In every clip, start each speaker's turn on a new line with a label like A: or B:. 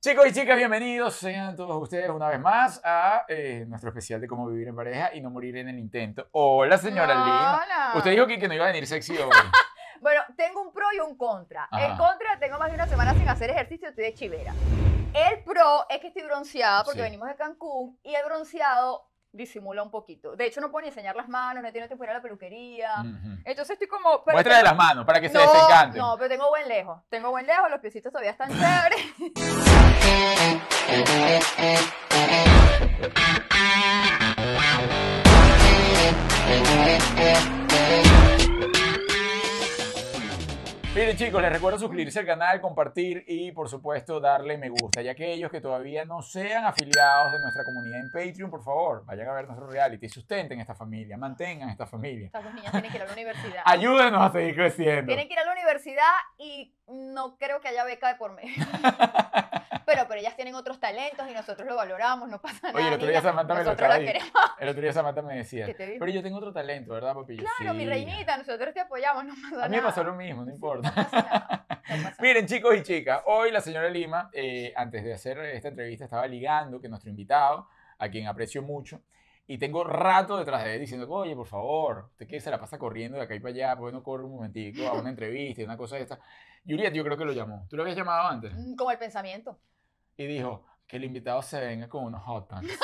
A: Chicos y chicas, bienvenidos sean todos ustedes una vez más a eh, nuestro especial de cómo vivir en pareja y no morir en el intento. Hola, señora Lina.
B: Hola.
A: Usted dijo que, que no iba a venir sexy hoy.
B: Bueno, tengo un pro y un contra.
A: Ajá.
B: El contra, tengo más de una semana sin hacer ejercicio, estoy de chivera. El pro es que estoy bronceada porque
A: Sí.
B: venimos de Cancún y el bronceado disimula un poquito. De hecho, no puedo ni enseñar las manos, no tiene tiempo para ir a la peluquería.
A: Ujú.
B: Entonces estoy como... pero
A: Mm. Muestra de las manos para que se desencanten.
B: no, pero tengo buen lejos. Tengo buen lejos, los piecitos todavía están chéveres.
A: Miren chicos, les recuerdo suscribirse al canal, compartir y por supuesto darle me gusta. Y aquellos que todavía no sean afiliados de nuestra comunidad en Patreon, por favor, vayan a ver nuestro reality, sustenten esta familia, mantengan esta familia.
B: Estas dos niñas tienen que ir a la universidad.
A: Ayúdenos a seguir creciendo.
B: Tienen que ir a la universidad y no creo que haya beca de por medio. pero, pero ellas tienen otros talentos y nosotros lo valoramos, no pasa nada.
A: Oye, el otro día
B: niña.
A: Samantha me lo
B: Nosotros
A: estaba
B: la
A: diciendo.
B: queremos.
A: El otro día Samantha me decía,
B: ¿Qué te dijo?
A: pero yo tengo otro talento, ¿verdad, papi? Yo,
B: Claro, mi
A: "Sí".
B: reinita, nosotros te apoyamos, no pasa nada.
A: A mí me pasó lo mismo, no importa.
B: No pasa nada, no pasa
A: Miren, chicos y chicas, hoy la señora Lima, eh, antes de hacer esta entrevista, estaba ligando que nuestro invitado, a quien aprecio mucho, y tengo rato detrás de él diciendo, oye, por favor, usted que se la pasa corriendo de acá y para allá, bueno, corre un momentico a una entrevista y una cosa de esta. Juliet, yo creo que lo llamó. ¿Tú lo habías llamado antes?
B: nada. Mm, Como el pensamiento.
A: Y dijo, que el invitado se venga con unos hot pants.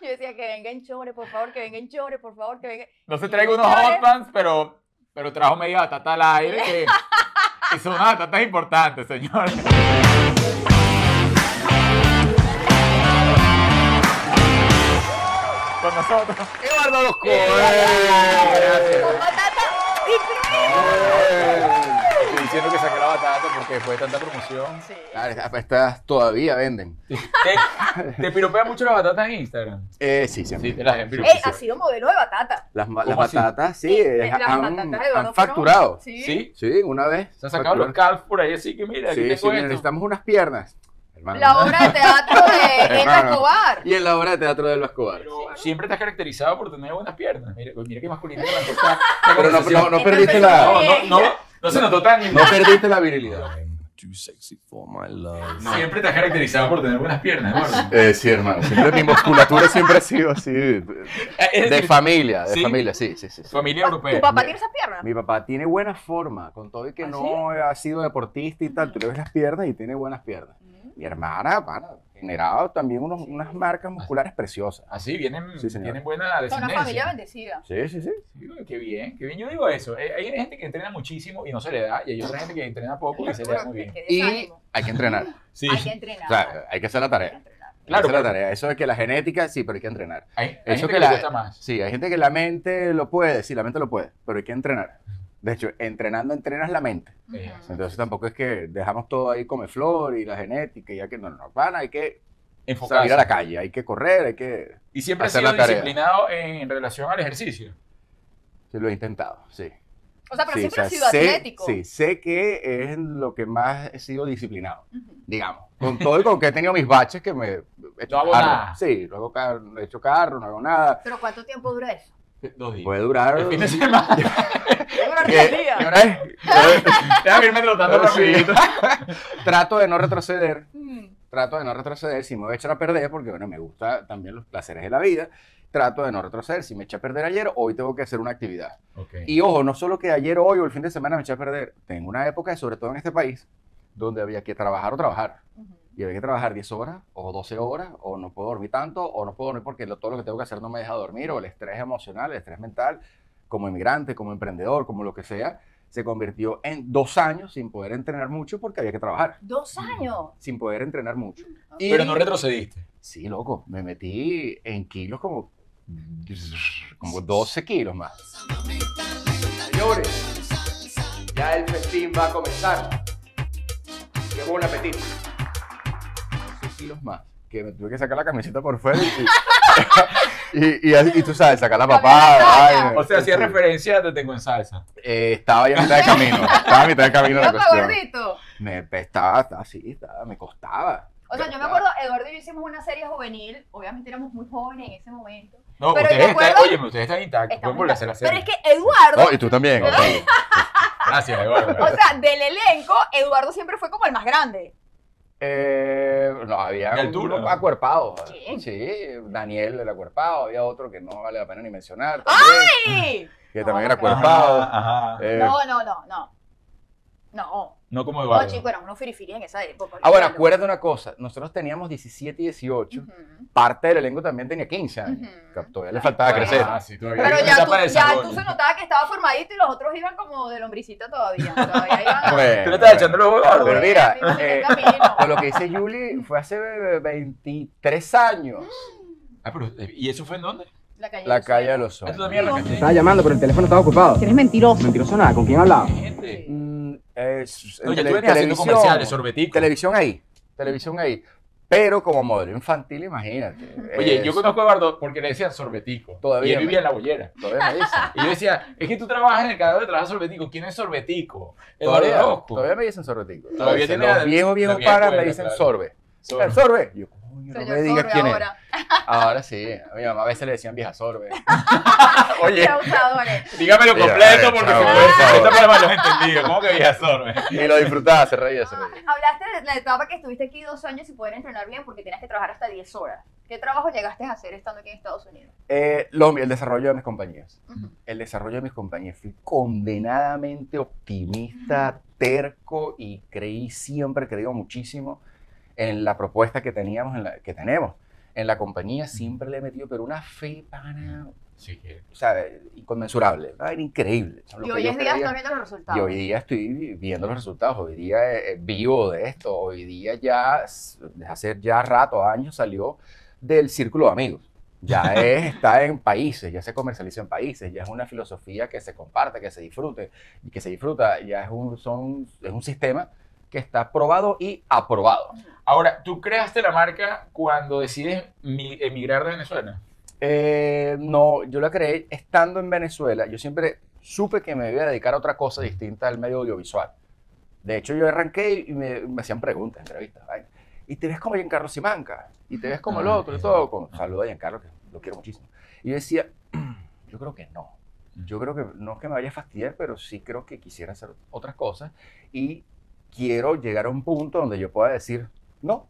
B: Yo decía que venga en chore, por favor, que venga en chore, por favor, que venga.
A: No se traigo unos hot pants, pero, pero trajo media batata al aire que... Y son unas batatas importantes, señores. Con nosotros.
C: Eduardo Orozco.
B: Con
A: Eh, Gracias.
B: batata increíble.
A: Estoy diciendo que saqué la batata porque después de tanta promoción.
B: Sí.
C: Claro, estas- estas todavía venden.
A: ¿Te, te piropea mucho la batata en Instagram?
C: Eh, sí, siempre.
A: Sí, te las envío.
B: Ey, ha sido modelo de batata.
C: Las, ma- las
A: ¿Cómo así?
C: batatas, sí,
B: Sí,
C: eh,
B: las
C: han,
B: batatas de
C: han
B: Eduardo Fron.
C: facturado. Sí.
B: Sí.
A: ¿Sí?
C: una vez.
A: Se han sacado los
C: facturaron.
A: calves por ahí, así que mira, aquí
C: Sí, sí,
A: tengo
C: mira,
A: esto.
C: necesitamos unas piernas. Hermano.
B: La obra de teatro de Elba
C: Hermano.
B: Escobar.
C: Y en la obra de teatro de los Escobar.
A: Pero siempre te has caracterizado por tener buenas piernas. Mira, pues mira qué masculina la cosa. la
C: Pero no,
A: conversación.
C: no
B: Y
C: perdiste
B: empezó
C: la-
A: No,
B: muy
A: no,
B: bien.
A: no, no se notó tan
C: No perdiste la virilidad.
D: Too sexy for my love.
A: Siempre te has caracterizado por tener buenas piernas, Eduardo.
C: Eh, sí, hermano. Siempre mi musculatura siempre ha sido así. De
A: Eh, es decir,
C: familia, de
A: ¿Sí?
C: familia, sí, sí, sí. sí.
A: familia
B: Ah, ¿Tu
A: europea.
B: papá tiene esas piernas?
C: Mi papá tiene buena forma, con todo y que
B: ¿Ah,
C: no ha sido deportista y tal. Tú le ves las piernas y tiene buenas piernas. Mi hermana, pana, generado también unos- unas marcas musculares preciosas.
A: Así, vienen,
C: Sí, señor.
A: tienen buena
B: Es una
A: descendencia.
B: familia bendecida.
C: Sí, sí, sí.
A: Sí, güey, qué bien, qué bien. Yo digo eso. Eh, Hay gente que entrena muchísimo y no se le da, y hay otra gente que entrena poco y se le da muy bien.
B: Qué
C: Y
B: desánimo.
C: hay que entrenar.
A: Sí.
B: Hay que entrenar.
C: O sea, hay que hacer la
B: Hay que
C: tarea.
B: entrenar.
A: Claro,
C: Claro, la
A: pero-
C: tarea. Eso de que la genética, sí, pero hay que entrenar.
A: Hay, hay
C: Eso
A: gente
C: que
A: que, le
C: la-
A: cuesta más.
C: Sí, hay gente que la mente lo puede, sí, la mente lo puede, pero hay que entrenar. De hecho, entrenando entrenas la mente.
A: Eh,
B: Ujú.
C: Entonces tampoco es que dejamos todo ahí come flor y la genética, y ya que no nos van, hay que salir a la
A: Enfocarse.
C: calle, hay que correr, hay que...
A: Y siempre has
C: hacer
A: sido
C: la tarea.
A: disciplinado en relación al ejercicio.
C: Sí, lo he intentado, sí.
B: O sea, Ah, pero
C: Sí,
B: siempre
C: o sea,
B: ha sido
C: sé-
B: atlético.
C: Sí, sé que es lo que más he sido disciplinado,
B: Ujú.
C: digamos. Con todo y con que he tenido mis baches que me... he hecho
A: hago
C: carro.
A: nada.
C: Sí, no hago carro, no he hecho carro, no hago nada.
B: Pero ¿cuánto tiempo dura eso?
A: Dos días.
C: Puede durar... eh,
A: El fin de semana.
B: Dura
C: ¿Qué?
B: tres días.
C: ¿Qué hora es?
A: Déjame irme trotando
C: Sí.
A: rapidito.
C: trato de no retroceder,
B: Mm.
C: trato de no retroceder, si me voy a echar a perder, porque bueno, me gusta también los placeres de la vida, trato de no retroceder, si me eché a perder ayer, hoy tengo que hacer una actividad.
A: Okay.
C: Y ojo, no solo que ayer, hoy o el fin de semana me eché a perder, tengo una época, sobre todo en este país, donde había que trabajar o trabajar.
B: Ujú.
C: Y había que trabajar 10 horas o 12 horas, o no puedo dormir tanto, o no puedo dormir porque lo- todo lo que tengo que hacer no me deja dormir, o el estrés emocional, el estrés mental, como inmigrante, como emprendedor, como lo que sea, se convirtió en dos años sin poder entrenar mucho porque había que trabajar,
B: Dos años.
C: sin poder entrenar mucho. Y-
A: Pero no retrocediste.
C: Sí, loco, me metí en kilos como, como 12 kilos más. Señores, ya el festín va a comenzar. Qué buen apetito. 12 kilos más. Que me tuve que sacar la camiseta por fuera y, y, y, así- y tú sabes, sacar la
B: Cambiar
C: papá.
B: la talla.
A: O sea, hacía referencia a Te Tengo en Salsa.
C: eh, estaba ya a mitad de camino. Estaba a mitad de camino la
B: Estaba
C: cuestión.
B: gordito.
C: Me estaba, estaba así, estaba, me costaba.
B: O sea, yo me
C: Estaba-
B: acuerdo, Eduardo y yo hicimos una serie juvenil. Obviamente éramos muy jóvenes en ese momento.
A: No,
B: Pero
A: ustedes
B: yo
A: están,
B: recuerdo-
A: oye, ustedes están intactos. Pueden
B: Estamos
A: volver a hacer la
B: Pero
A: serie. Oh,
B: es que Eduardo,
C: No, Oh, y tú también. ok.
A: Gracias, Eduardo. Ah.
B: o sea, del elenco, Eduardo siempre fue como el más grande.
C: Eh, había
A: De altura.
C: uno acuerpado.
B: ¿Quién?
C: Sí, Daniel era acuerpado, había otro que no vale la pena ni mencionar.
B: ¡Sí!
C: también, que
B: No,
C: también era
B: pero-
C: acuerpado.
A: Ajá, ajá.
C: Eh,
B: No, no, no, no. No.
A: No como
B: No,
A: Eduardo.
B: chico, eran unos firifiri en esa época.
C: Ahora,
B: olvídalo.
C: Ah, acuérdate una cosa, nosotros teníamos 17 y 18,
B: Ujú.
C: parte del elenco también tenía 15 años,
B: Ujú.
C: que todavía le faltaba crecer.
A: Ah, sí, todavía.
B: Pero
A: hay una
B: ya
A: etapa
B: tú,
A: de
B: ya
A: desarrollo.
B: tú se notaba que estaba formadito y los otros iban como de lombricita todavía. Todavía iban a-
C: Bueno,
A: Tú le estás
C: bueno.
A: echando los huevos a Eduardo.
C: Pero mira,
B: Iban en el
C: eh,
B: camino.
C: Pues lo que dice Julie fue hace eh, 23 años.
A: Ah, pero, eh, ¿Y eso fue en dónde?
B: La calle.
C: La
B: Lucero.
C: calle de los
A: Ah, tú
C: hombres.
A: también arrancaste.
E: Estaba llamando, pero el teléfono estaba ocupado.
F: Eres mentiroso.
E: Mentiroso nada, ¿con quién hablaba?
A: Gente.
C: Mm, es- en
A: Oye,
C: tele-
A: tú venías haciendo
C: televisión,
A: comerciales, sorbeticos.
C: Televisión ahí, televisión ahí. Pero como modelo infantil, imagínate.
A: Oye, yo
C: es-
A: conozco a Eduardo porque le decían sorbetico.
C: Todavía
A: Y él
C: me-
A: vivía en la bollera.
C: Todavía me dicen.
A: Y yo decía, es que tú trabajas en el canal de trabajo sorbetico. ¿Quién es sorbetico? Eduardo
C: Todavía,
A: Orozco.
C: todavía me dicen sorbetico.
A: Todavía
C: A veces
A: tiene
C: los
A: la-
C: viejos,
A: la
C: viejos
A: vieja
C: paras me
A: escuela,
C: dicen
A: claro.
C: sorbe.
A: Sorbe.
C: El sorbe. Yo, coño, no
B: Soy
C: me
B: yo
C: digas
B: sobre
C: quién
B: ahora.
C: es. Ahora sí. A mi mamá a veces le decían vieja sorbe.
A: Oye,
B: Qué abusadores.
A: dígamelo
C: Mira,
A: completo
C: eh,
A: porque
C: chao,
A: se
C: por favor.
A: Esto para malos entendidos. ¿Cómo que vía sorbe?
C: Y lo disfrutaba, se reía, se reía.
B: Hablaste de la etapa que estuviste aquí dos años y poder entrenar bien porque tenías que trabajar hasta 10 horas. ¿Qué trabajo llegaste a hacer estando aquí en Estados Unidos?
C: Eh, lo- el desarrollo de mis compañías.
B: Ujú.
C: el desarrollo de mis compañías. Fui condenadamente optimista, terco y creí siempre, he creído muchísimo en la propuesta que teníamos, en la, que tenemos. En la compañía siempre le he metido, pero una fe pana,
A: Sí, que-
C: o sea, inconmensurable, era increíble. Lo
B: Y
C: que
B: hoy
C: yo
B: es día
C: creía-
B: estás viendo los resultados.
C: y hoy día estoy viendo los resultados, hoy día eh, eh, vivo de esto, hoy día ya, s- desde hace ya rato, años, salió del círculo de amigos. Ya es- está en países, ya se comercializa en países, ya es una filosofía que se comparte, que se disfrute, y que se disfruta, ya es un, son, es un sistema que está probado y aprobado.
A: Ahora, tú creaste la marca cuando decides mi- emigrar de Venezuela.
C: Eh, no, yo la creé estando en Venezuela. Yo siempre supe que me iba a dedicar a otra cosa distinta al medio audiovisual. De hecho, yo arranqué y me, me hacían preguntas, entrevistas. vaina. Y te ves como Giancarlo Simanca, y te ves como el
A: Ah,
C: otro, y
A: ya.
C: todo. Con, saludo a Giancarlo, que lo quiero muchísimo. Y yo decía, yo creo que no. Yo creo que no es que me vaya a fastidiar, pero sí creo que quisiera hacer otras cosas. Y quiero llegar a un punto donde yo pueda decir no.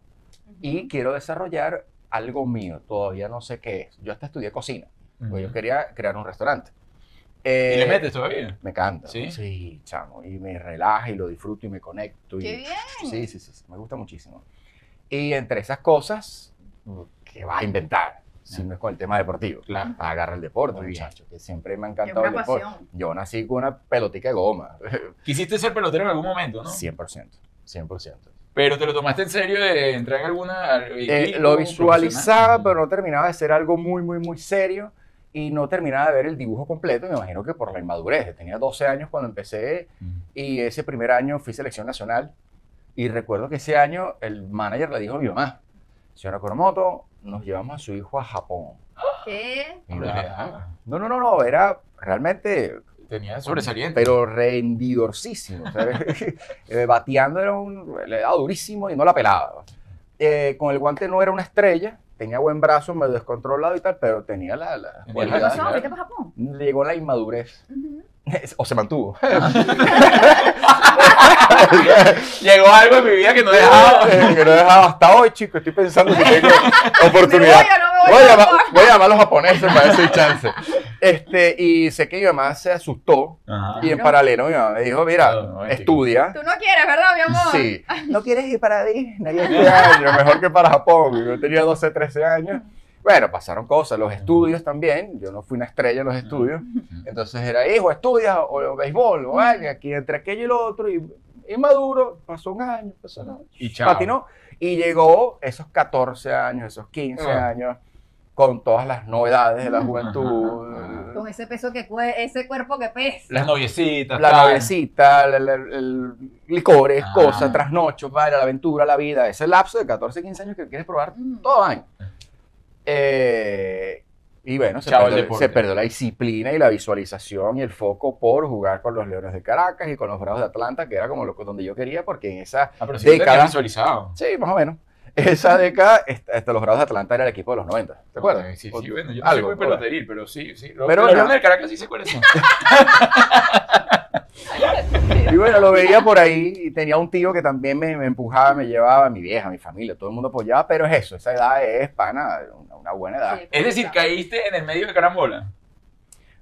C: Y quiero desarrollar algo mío. Todavía no sé qué es. Yo hasta estudié cocina. Pues yo quería crear un restaurante.
A: Mm. ¿Y
C: Eh,
A: le metes todavía?
C: Me encanta.
A: ¿Sí?
C: chamo. Y me relaja y lo disfruto y me conecto. y-
B: ¡Qué bien!
C: Sí, sí, sí, sí, Me gusta muchísimo. Y entre esas cosas, mm, ¿qué vas a inventar? Si no es con el tema deportivo.
A: Claro.
C: Agarra el deporte,
A: Muy bien.
C: muchacho. Que siempre me ha
B: Es
C: encantado
B: una
C: el deporte.
B: pasión.
C: Yo nací con una pelotica de goma.
A: Quisiste ser pelotero en algún momento, ¿no?
C: 100%. 100%.
A: Pero te lo tomaste en serio de entrar en alguna. al-
C: Eh,
A: equipo
C: lo visualizaba,
A: profesional.
C: pero no terminaba de ser algo muy, muy, muy serio y no terminaba de ver el dibujo completo. Me imagino que por la inmadurez. Tenía 12 años cuando empecé
A: Mm,
C: y ese primer año fui selección nacional. Y recuerdo que ese año el manager le dijo a mi mamá, señora Coromoto, nos llevamos a su hijo a Japón.
B: ¿Qué?
C: Y
A: Ah,
C: yo,
A: ¿verdad?
C: No, no, no, no, era realmente
A: Tenía sobresaliente.
C: pero rendidorcísimo. ¿sabes? Eh, Bateando era un, le daba durísimo y no la pelaba. Eh, con el guante no era una estrella, tenía buen brazo, medio descontrolado y tal, pero tenía la...
A: Tenía
C: la
A: Ya,
B: ¿Qué
C: cualidad.
B: pasó?
A: ya.
B: ¿Fuiste para Japón?
C: Llegó la inmadurez.
B: Ujú.
C: O se mantuvo.
A: Llegó algo en mi vida que no dejaba.
C: Eh, que no dejaba hasta hoy, chico. Estoy pensando si tengo
B: ¿Me voy
C: oportunidad.
B: o no me voy? para
C: Voy a, llamar,
B: Japón?
C: voy a llamar a los japoneses para ver si hay chance. Este, y sé que mi mamá se asustó y en paralelo mi mamá me dijo,
A: No, no,
C: mira,
A: chico.
C: estudia.
B: Tú no quieres, ¿verdad, mi amor?
C: Sí. ¿No quieres ir para Disney este año? Mejor que para Japón. Yo tenía 12, 13 años. Bueno, pasaron cosas. Los estudios también. Yo no fui una estrella en los estudios. Entonces era, hijo, estudias o, o béisbol o algo. Aquí entre aquello y lo otro. Y inmaduro. Pasó un año, pasó un año.
A: Y chao.
C: Patinó. Y llegó esos 14 años, esos 15
A: Ah.
C: años. Con todas las novedades de la
A: Ajá.
C: juventud.
B: Con ese peso que cue- ese cuerpo que pesa.
A: Las noviecitas.
C: La
A: tal.
C: novecita, el, el- el- licores,
A: Ah.
C: cosas, trasnochos, vaya, la aventura, la vida, ese lapso de 14, 15 años que quieres probar
B: Mm.
C: todo año. Eh, y bueno, se
A: Chao, el
C: perdió,
A: deporte.
C: se perdió la disciplina y la visualización y el foco por jugar con los Leones de Caracas y con los Bravos de Atlanta, que era como lo, donde yo quería, porque en esa,
A: Ah, pero sí, lo tenía
C: décadas.
A: visualizado.
C: sí, más o menos, esa década, est- hasta los Bravos de Atlanta era el equipo de los 90, ¿te acuerdas?
A: Sí,
C: O-
A: sí, bueno, yo no soy
C: algo,
A: muy peloteril, pero sí, sí. Pero,
C: Pero
A: pero
C: yo-
A: del Caracas sí se acuerda.
C: Y bueno, lo veía por ahí y tenía un tío que también me, me empujaba, me llevaba, mi vieja, mi familia, todo el mundo apoyaba, pero es eso, esa edad es pana, una, una buena edad.
B: Sí,
A: Es decir, caíste en el medio de carambola.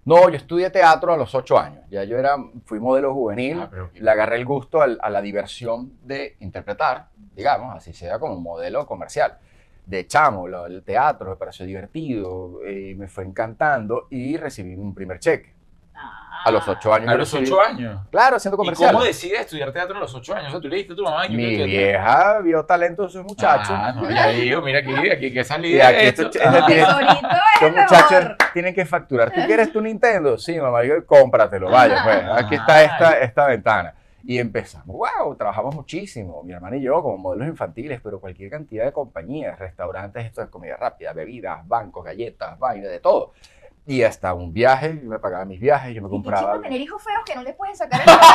C: No, yo estudié teatro a los ocho años, ya yo era, fui modelo juvenil,
A: Ah, pero-
C: le agarré el gusto al- a la diversión de interpretar, digamos, así sea como un modelo comercial. De chamo, lo- el teatro me pareció divertido, eh, me fue encantando y recibí un primer cheque
B: Ah.
C: a los ocho años.
A: A
C: yo
A: los
C: recibí-
A: ocho años.
C: Claro, haciendo
A: ¿Y
C: comercial.
A: cómo decides estudiar teatro a los ocho años? O sea, tú le dijiste a tu mamá que yo
C: Mi
A: quiero estudiar
C: vieja vio talento en sus
A: teatro.
C: muchachos.
A: Ah, no, ya digo, mira aquí, aquí que salí
C: Y
A: de
C: aquí
A: esto.
C: esto- esto tiene-
B: Tesorito Ah, es
C: Los
B: el
C: muchachos
B: mejor.
C: tienen que facturar. ¿Tú quieres tu Nintendo? Sí, mamá, yo, cómpratelo, vaya, pues,
B: Ah.
C: aquí está esta, esta ventana. Y empezamos, wow, trabajamos muchísimo, mi hermana y yo, como modelos infantiles, pero cualquier cantidad de compañías, restaurantes, esto es comida rápida, bebidas, bancos, galletas, vaina, de todo. Y hasta un viaje, yo me pagaba mis viajes, yo me
B: Y qué chimbo
C: compraba.
B: tener hijos feos que no les puedes sacar el cabello.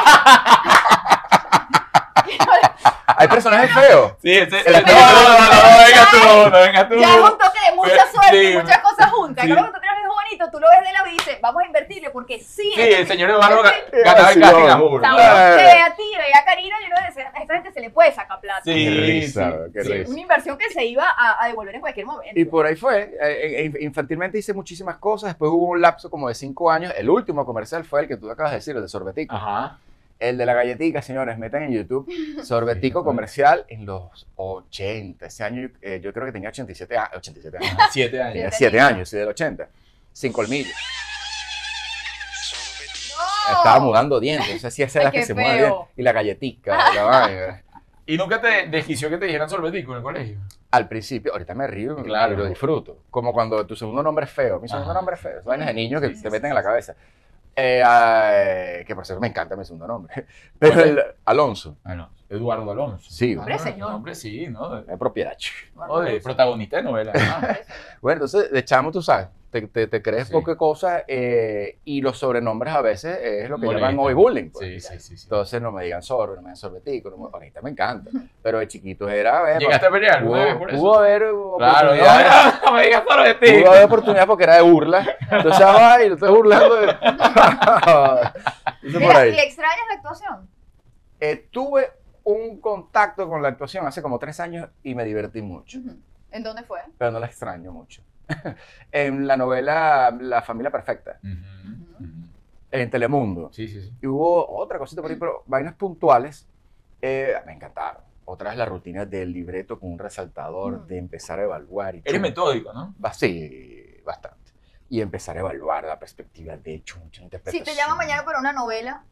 C: Hay personajes
B: Ah.
C: feos.
A: Sí, este,
C: El-
A: no, no, no, no, venga tú, no venga tú.
B: Ya es un toque de mucha
C: Pues,
A: Sí.
B: suerte y muchas cosas juntas.
A: Sí.
B: Creo que tú tienes algo bonito, tú lo ves de la vida y dices, vamos a invertirle porque sí.
A: Sí,
B: esta
A: el señor Eduardo ga-
B: gente
A: ganaba el
C: Sí,
A: casting a
C: no.
A: juro.
B: Está muy
C: Claro.
B: creativa y a Karina yo no decía, a esta gente se le puede sacar plata.
A: Sí,
C: Qué risa,
A: sí,
C: qué
A: sí.
C: risa.
B: Una inversión que se iba a, a devolver en cualquier momento.
C: Y por ahí fue. Eh, eh, Infantilmente hice muchísimas cosas. Después hubo un lapso como de cinco años. El último comercial fue el que tú acabas de decir, el de Sorbetico.
A: Ajá.
C: El de la galletica, señores, metan en YouTube. Sorbetico
A: Sí,
C: comercial en los 80. Ese año eh, yo creo que tenía 87 años. 87 años.
A: Siete años.
C: Tenía 7 años, sí, del 80. Sin colmillo.
B: ¡No!
C: Estaba mudando dientes. Así es
B: Ay,
C: la que
B: qué
C: se mueve
B: feo.
C: dientes. Y la galletica. la vaina.
A: ¿Y nunca te desquició que te dijeran sorbetico en el colegio?
C: Al principio, ahorita me río
A: Claro.
C: claro. y lo disfruto. Como cuando tu segundo nombre es feo. Mi segundo
A: Ajá.
C: nombre es feo. Son vainas de niños que
A: Sí,
C: te
A: sí,
C: meten
A: sí,
C: en la
A: sí.
C: cabeza. Eh, ah, que por cierto me encanta mi segundo nombre. Pero el Alonso,
A: Bueno, Eduardo Alonso.
C: Sí.
B: Hombre,
A: Ah,
B: señor.
A: Hombre, sí, ¿no?
C: es propiedad. ch.
A: No, de protagonista de novela. Ah, además.
C: Bueno, entonces de chamo tú sabes, te, te- te crees
A: Sí.
C: poca cosa eh, y los sobrenombres a veces es lo que
A: Molesta.
C: llaman hoy bullying. pues.
A: Sí, sí, sí. sí.
C: Entonces no me digan sorbe, no me digan sorbetico, no me- ahorita me encanta. Pero de chiquitos era... eh,
A: ¿Llegaste a pelear alguna vez por
C: pudo,
A: eso?
C: pudo haber
A: Claro,
C: oportunidades.
A: ya, no me digas sorbetico.
C: Hubo haber oportunidad porque era de burla. Entonces, ay, lo estoy burlando. de- Eso por
B: Mira, ¿y
C: ahí.
B: extrañas la actuación?
C: Eh, tuve un contacto con la actuación hace como tres años y me divertí mucho,
B: Ujú. ¿En dónde fue?
C: pero no la extraño mucho. en la novela La familia perfecta,
A: Ujú, ujú.
C: en Telemundo.
A: Sí, sí, sí.
C: Y hubo otra cosita por ahí, pero vainas puntuales eh, me encantaron. Otra es la rutina del libreto con un resaltador,
B: Mm.
C: de empezar a evaluar. Y
A: Eres
C: chum,
A: metódico, ¿no?
C: Ba- Sí, bastante. Y empezar a evaluar la perspectiva de hecho, mucha
B: Si
C: interpretación.
B: te llama mañana para una novela,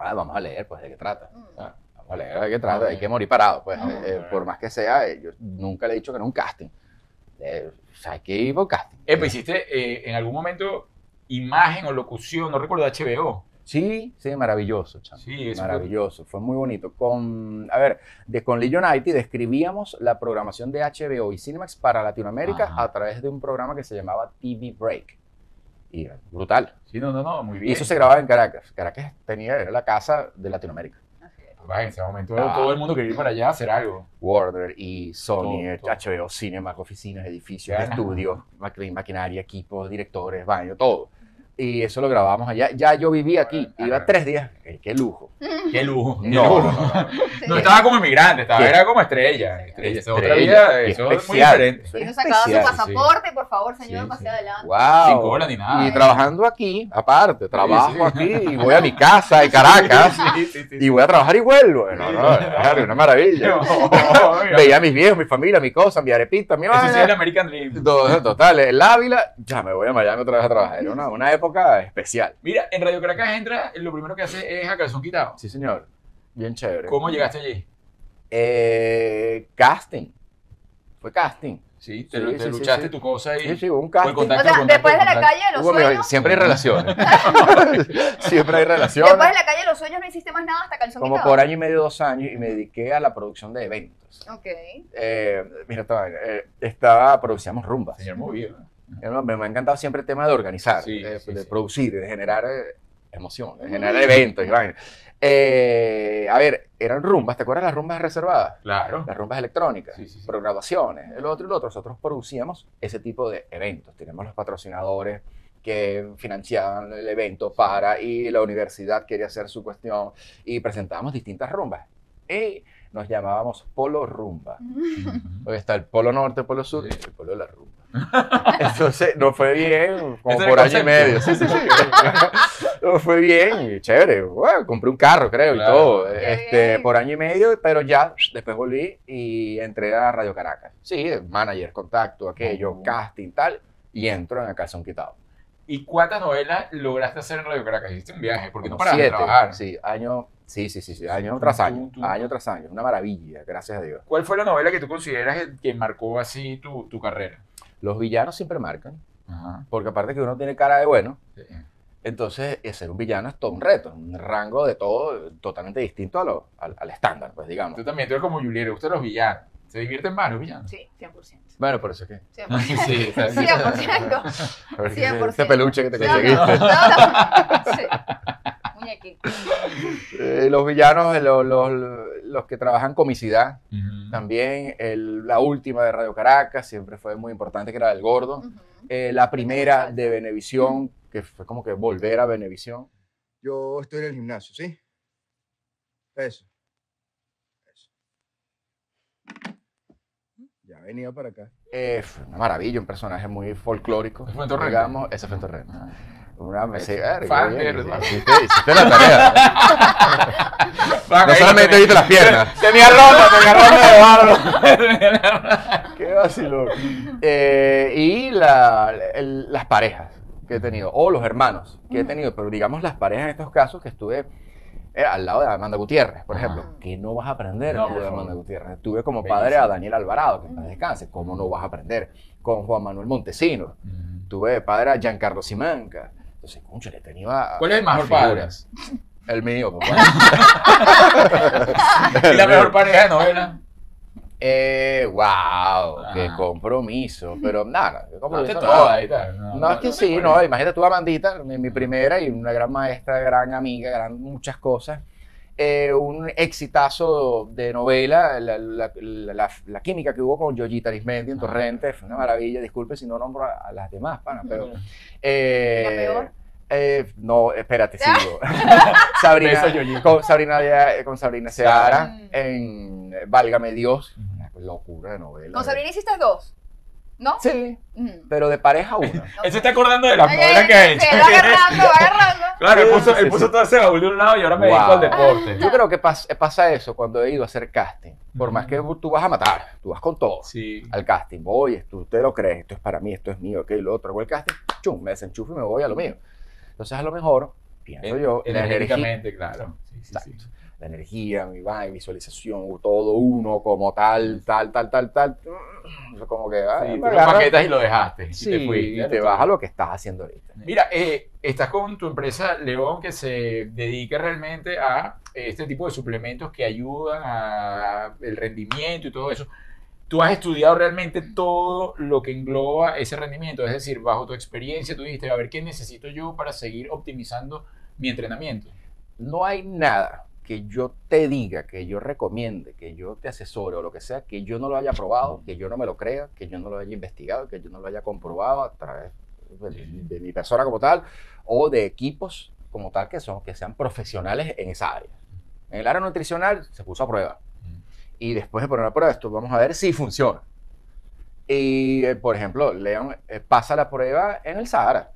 C: Ah, vamos a leer, pues, de qué trata.
B: mm,
C: Ah, Vamos a leer de qué trata. Hay que morir parado, pues.
A: Ah,
C: eh,
A: bueno.
C: por más que sea, eh, yo nunca le he dicho que no a un casting. Eh, o sea, hay que ir por casting.
A: Epa, hiciste eh, en algún momento imagen o locución, no recuerdo, de HBO.
C: Sí, sí, maravilloso, chamo.
A: Sí, eso fue-
C: maravilloso. Fue muy bonito. Con, a ver, de, con Lee United describíamos la programación de HBO y Cinemax para Latinoamérica
A: Ajá.
C: a través de un programa que se llamaba TV Break. Y era brutal.
A: Sí, no, no, no, muy bien.
C: Y eso se grababa en Caracas. Caracas tenía, era la casa de Latinoamérica.
B: así es.
A: Papá, Pues, en ese momento
C: Ah.
A: todo el mundo quería ir para allá a hacer algo.
C: Warner y Sony,
A: Todo,
C: eh,
A: todo.
C: HBO, Cinema, oficinas, edificios,
A: Ya.
C: estudios, maqui- maquinaria, equipos, directores, baño, todo. Y eso lo grabábamos allá. Ya yo vivía aquí,
A: Ahora,
C: iba
A: ahora.
C: tres días. Eh, ¡Qué lujo!
A: Qué lujo. qué
C: No,
A: lujo.
C: no, no, no.
B: Sí.
A: No estaba como inmigrante, estaba,
C: Qué-
A: era como estrella. Estrella, esa es otra
C: Estrella,
A: vida,
C: qué
A: eso es muy
C: especial,
A: diferente.
C: eso
B: Y
C: es
B: no sacaba su
C: especial.
B: pasaporte, por favor, señor,
A: Sí,
B: pase
A: sí.
B: adelante.
C: ¡Wow!
A: Sin cola ni nada.
C: Y trabajando aquí, aparte, trabajo
A: Ah, sí.
C: aquí y voy a mi casa en Caracas
A: Sí, sí, sí, sí.
C: y voy a trabajar y vuelvo. No,
A: Sí.
C: no, claro, una maravilla.
A: No, mira.
C: Veía a mis viejos, mi familia, mi cosa, mi arepita, mi
A: Eso sí
C: vaina.
A: es el American Dream.
C: To- Total, el Ávila, ya me voy a Miami otra vez a trabajar. Era una, una época especial.
A: Mira, en Radio Caracas entra, lo primero que hace es a calzón quitado.
C: Sí, señor. Bien chévere.
A: ¿Cómo llegaste allí?
C: Eh, casting. Fue casting.
A: Sí, te,
C: Sí,
A: te
C: sí, sí,
A: luchaste
C: sí.
A: tu cosa y
C: Sí, sí, hubo un
A: fue el
C: casting.
B: O
A: contacto,
B: sea,
A: el contacto,
B: después de
A: el
B: la
A: contacto.
B: calle de los
C: Hubo-
B: sueños,
C: siempre hay relaciones. siempre hay relaciones.
B: después de la calle de los sueños no hiciste más nada hasta calzón
C: Como
B: quitado.
C: por año y medio, dos años, y me dediqué a la producción de eventos.
B: Ok.
C: Eh, mira, estaba, eh, estaba, producíamos rumbas.
A: Señor movido.
C: Hermano, Me, me ha encantado siempre el tema de organizar,
A: Sí,
C: de,
A: sí,
C: de
A: sí.
C: producir, de generar eh, emoción, de generar eventos. y vaina. Eh, a ver, eran rumbas, ¿te acuerdas las rumbas reservadas?
A: Claro.
C: Las rumbas electrónicas,
A: Sí, sí, sí.
C: programaciones, el otro y el otro. Nosotros producíamos ese tipo de eventos. Teníamos los patrocinadores, que financiaban el evento para y la universidad quería hacer su cuestión y presentábamos distintas rumbas. Y nos llamábamos Polo Rumba. Hoy está el Polo Norte, Polo Sur y el Polo de la Rumba. Entonces nos fue bien, como
A: Ese era el
C: por año y
A: concepto.
C: medio. Sí, sí, sí. Nos fue bien, y chévere. Bueno, compré un carro, creo,
A: Claro.
C: y todo.
B: Qué
C: Este,
B: bien.
C: por año y medio, pero ya después volví y entré a Radio Caracas. Sí, manager, contacto, aquello,
A: Ujú.
C: casting, tal. Y entro en el calzón quitado.
A: ¿Y cuántas novelas lograste hacer en Radio Caracas? Hiciste un viaje, porque no
C: Como
A: paraste de
C: siete,
A: trabajar.
C: Sí, año, sí, sí, sí, sí, año tras
A: Tum,
C: año,
A: tum.
C: año tras año, una maravilla, gracias a Dios.
A: ¿Cuál fue la novela que tú consideras que- que marcó así tu, tu carrera?
C: Los villanos siempre marcan,
A: Ajá.
C: porque aparte que uno tiene cara de bueno,
A: Sí.
C: entonces eh, ser un villano es todo un reto, un rango de todo eh, totalmente distinto a lo- al, al estándar, pues digamos.
A: Tú también, tú eres como Juliero, usted los villanos. ¿Se divierten más los villanos?
B: Sí, 100%.
C: Bueno, por eso es que...
B: 100%.
A: sí, está bien.
B: 100%.
C: por eso es que
B: 100%.
C: Ese peluche que te
B: No, no,
C: conseguiste.
B: no, no. Sí. Muñequito.
C: Eh, los villanos, eh, los, los- los que trabajan comicidad,
A: Ujú.
C: también el- la última de Radio Caracas, siempre fue muy importante, que era el gordo.
B: Ujú.
C: Eh, la primera de Benevisión, que fue como que volver a Benevisión.
F: Yo estoy en el gimnasio, ¿sí? Eso. Eso. Ya venía para acá.
C: Eh, fue una maravilla, un personaje muy folclórico.
A: Ese fue en Torrente.
C: Digamos, ese fue en Torrente.
A: Ah.
C: Una me
A: Ese.
C: sí, verga,
A: Fan
C: oye,
A: de-
C: hiciste, hiciste la tarea.
A: Van,
C: No
A: ahí
C: solamente
A: lo
C: viste
A: tenés.
C: las piernas.
A: Tenía ropa, tenía ropa de barro.
C: Qué vacilón. Eh, y la- el- las parejas que he tenido, o los hermanos que he
A: Mm.
C: tenido, pero digamos las parejas en estos casos que estuve eh, al lado de Amanda Gutiérrez, por
A: Ajá.
C: ejemplo, que no vas a aprender
A: No,
C: al lado
A: por
C: de
A: favor.
C: Amanda Gutiérrez. Tuve como
A: Bellísimo. Mm.
C: padre a Daniel Alvarado, que en paz
B: Ujú.
C: descanse, ¿cómo no vas a aprender? Con Juan Manuel Montesino. Tuve de padre a Giancarlo Simanca. Entonces, concho, le tenía.
A: ¿Cuál es el mejor padre?
C: figuras. El mío, papá.
A: ¿Y la mejor pareja de novela?
C: Eh, wow, qué
A: Ajá.
C: compromiso. Pero nada, qué compromiso.
A: No,
C: No,
A: todas, ahí está. No,
C: No, es que
A: no,
C: sí,
A: no,
C: no, imagínate tú, Amandita, mi, mi primera y una gran maestra, gran amiga, gran muchas cosas. Eh, un exitazo de novela, la, la- la- la- la química que hubo con Yoyita Arismendi en Torrente, fue una maravilla, disculpe si no nombro a, a las demás, pana, pero... eh,
B: ¿La peor?
C: eh, no, espérate, sigo. Sabrina,
A: Beso, Yoyita.
C: con Sabrina, eh, con Sabrina Seara
B: Mm.
C: en Válgame Dios, una locura de novela.
B: Con Sabrina hiciste dos, ¿no?
C: Sí,
B: Mm.
C: pero de pareja una.
A: Él se está acordando de la
B: Ay,
A: novela que ha hecho.
B: Se va agarrando, va agarrando.
A: Claro, él puso,
C: Sí,
A: él
C: sí,
A: puso
C: sí.
A: todo ese baúl de un lado y ahora me dedico
C: Wow.
A: al deporte.
B: Ah.
C: Yo creo que pas- eh, pasa eso cuando he ido a hacer casting. Por más que
A: Ujú.
C: tú vas a matar, tú vas con todo
A: Sí.
C: al casting. Voy, esto, usted lo cree, esto es para mí, esto es mío, aquello, lo otro. Voy al casting, chum, me desenchufo y me voy a lo mío. Entonces, a lo mejor, pienso yo, la energía,
A: Energéticamente, claro. Sí, sí, sí.
C: la energía, mi vaina, visualización, todo uno como tal, tal, tal, tal, tal. Eso Como que, ah,
A: Sí, tú
C: me
A: lo
C: agarra-
A: empaquetas y lo dejaste.
C: Sí,
A: y te fuiste.
C: y te vas a lo que estás haciendo ahorita.
A: Mira, eh, estás con tu empresa León que se dedica realmente a eh, este tipo de suplementos que ayudan a el rendimiento y todo eso. Tú has estudiado realmente todo lo que engloba ese rendimiento, es decir, bajo tu experiencia tú dijiste, a ver, ¿qué necesito yo para seguir optimizando mi entrenamiento?
C: no hay nada que yo te diga, que yo recomiende, que yo te asesore o lo que sea, que yo no lo haya probado, que yo no me lo crea, que yo no lo haya investigado, que yo no lo haya comprobado a través de, de mi persona como tal o de equipos como tal que, son, que sean profesionales en esa área. En el área nutricional se puso a prueba. Y después de poner a prueba esto, vamos a ver si funciona. Y, eh, por ejemplo, Leon eh, pasa la prueba en el Sahara.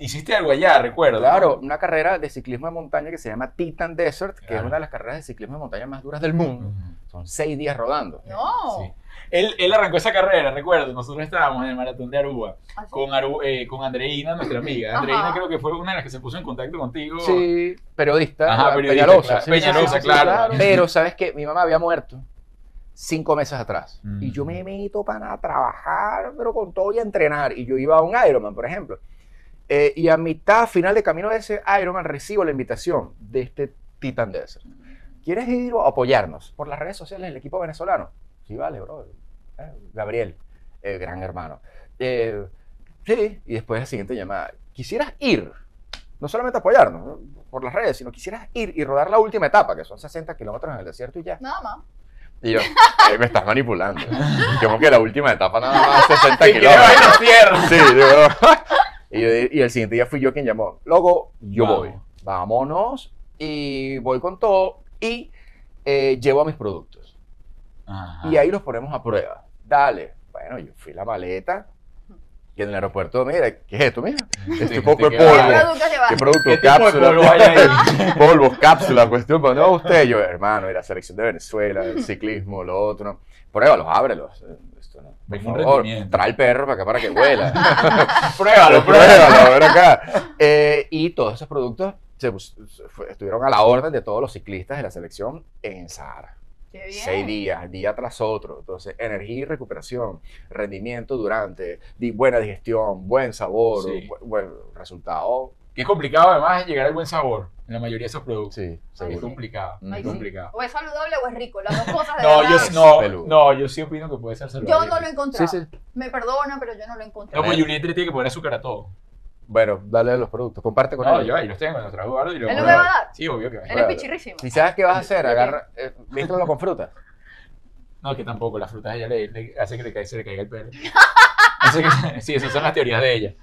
A: Hiciste algo allá, recuerdo.
C: Claro,
A: ¿no?
C: una carrera de ciclismo de montaña que se llama Titan Desert, que es
A: Claro. Mm.
C: una de las carreras de ciclismo de montaña más duras del mundo. Son seis días rodando.
B: No.
A: Sí. Él, él arrancó esa carrera, recuerdo, nosotros estábamos en el maratón de Aruba.
B: Así.
A: con, Aru- eh, con Andreina, nuestra amiga. Andreina
B: Ajá.
A: creo que fue una de las que se puso en contacto contigo.
C: Sí, periodista,
A: Ajá,
C: eh,
A: periodista,
C: Peñalosa.
A: claro.
C: sí,
A: Peñalosa,
C: sí, sí,
A: claro.
C: Pero, ¿sabes qué? Mi mamá había muerto cinco meses atrás.
A: Mm.
C: Y yo me meto para trabajar, pero con todo y a entrenar. Y yo iba a un Ironman, por ejemplo. Eh, y a mitad, final de camino de ese Ironman, recibo la invitación de este Titan Desert. ¿Quieres ir a apoyarnos por las redes sociales del equipo venezolano? Sí, vale, bro. Eh, Gabriel, eh, gran hermano. Eh, sí, y después la siguiente llamada. ¿Quisieras ir? No solamente apoyarnos ¿no? por las redes, sino quisieras ir y rodar la última etapa, que son 60 kilómetros en el desierto y ya.
B: Nada más.
C: Y yo, "Eh, me estás manipulando. Yo como que la última etapa nada más 60
A: Y que le
C: kilómetros.
A: baile a tierra.
C: Sí, digo, Y, yo di- y el siguiente día fui yo quien llamó. Loco, yo
A: Vamos.
C: voy. Vámonos. Y voy con todo. Y eh, llevo a mis productos.
A: Ajá.
C: Y ahí los ponemos a prueba. Dale. Bueno, yo fui la maleta. Y en el aeropuerto, mira, ¿qué es esto? Mira, este
A: te
C: poco de
A: queda-
B: ¿Qué
C: polvo.
B: productos llevas?
C: ¿Qué producto?
A: ¿Qué este tipo de
C: cápsulas.
A: polvo hay ahí?
C: polvos, cápsulas, cuestión. Pero no usted, yo, hermano, mira, selección de Venezuela, el ciclismo, lo otro. Pruébalos, ábrelos. eh, Esto no. Por
A: Ningún
C: favor,
A: rendimiento.
C: trae el perro para acá para que huela.
A: Pruébalo,
C: pruébalo, ven acá. Eh, y todos esos productos se pus- se fue- estuvieron a la orden de todos los ciclistas de la selección en Sahara.
B: Qué bien.
C: Seis días, día tras otro. Entonces, energía y recuperación, rendimiento durante, di- buena digestión, buen sabor,
A: Sí.
C: bu- buen resultado.
A: Que es complicado además llegar al buen sabor en la mayoría de esos productos.
C: Sí,
A: Es
B: seguro.
A: complicado,
C: Ay,
A: es
C: sí.
A: complicado.
B: O es saludable o es rico, las dos cosas de
A: No,
B: verdad.
A: yo,
C: es
A: sí- no,
C: peludo.
A: no, yo sí opino que puede ser saludable.
B: Yo no lo he encontrado.
C: Sí, sí.
B: Me perdona, pero yo no lo encontré.
A: No, pues Juliette le tiene que poner azúcar a todo.
C: Bueno, dale los productos, comparte con
A: No,
C: él.
A: yo ahí los tengo, los trajo Eduardo y los
B: Él no
A: voy
B: me va a dar.
A: Sí, obvio que va a
B: Él es
C: Claro.
B: pichirrísimo.
C: Si sabes qué vas a hacer, agarra, eh, vístelo con frutas.
A: No, que tampoco, las frutas a ella le, le hace que le caiga, se le caiga el pelo. Así que- sí, esas son las teorías de ella.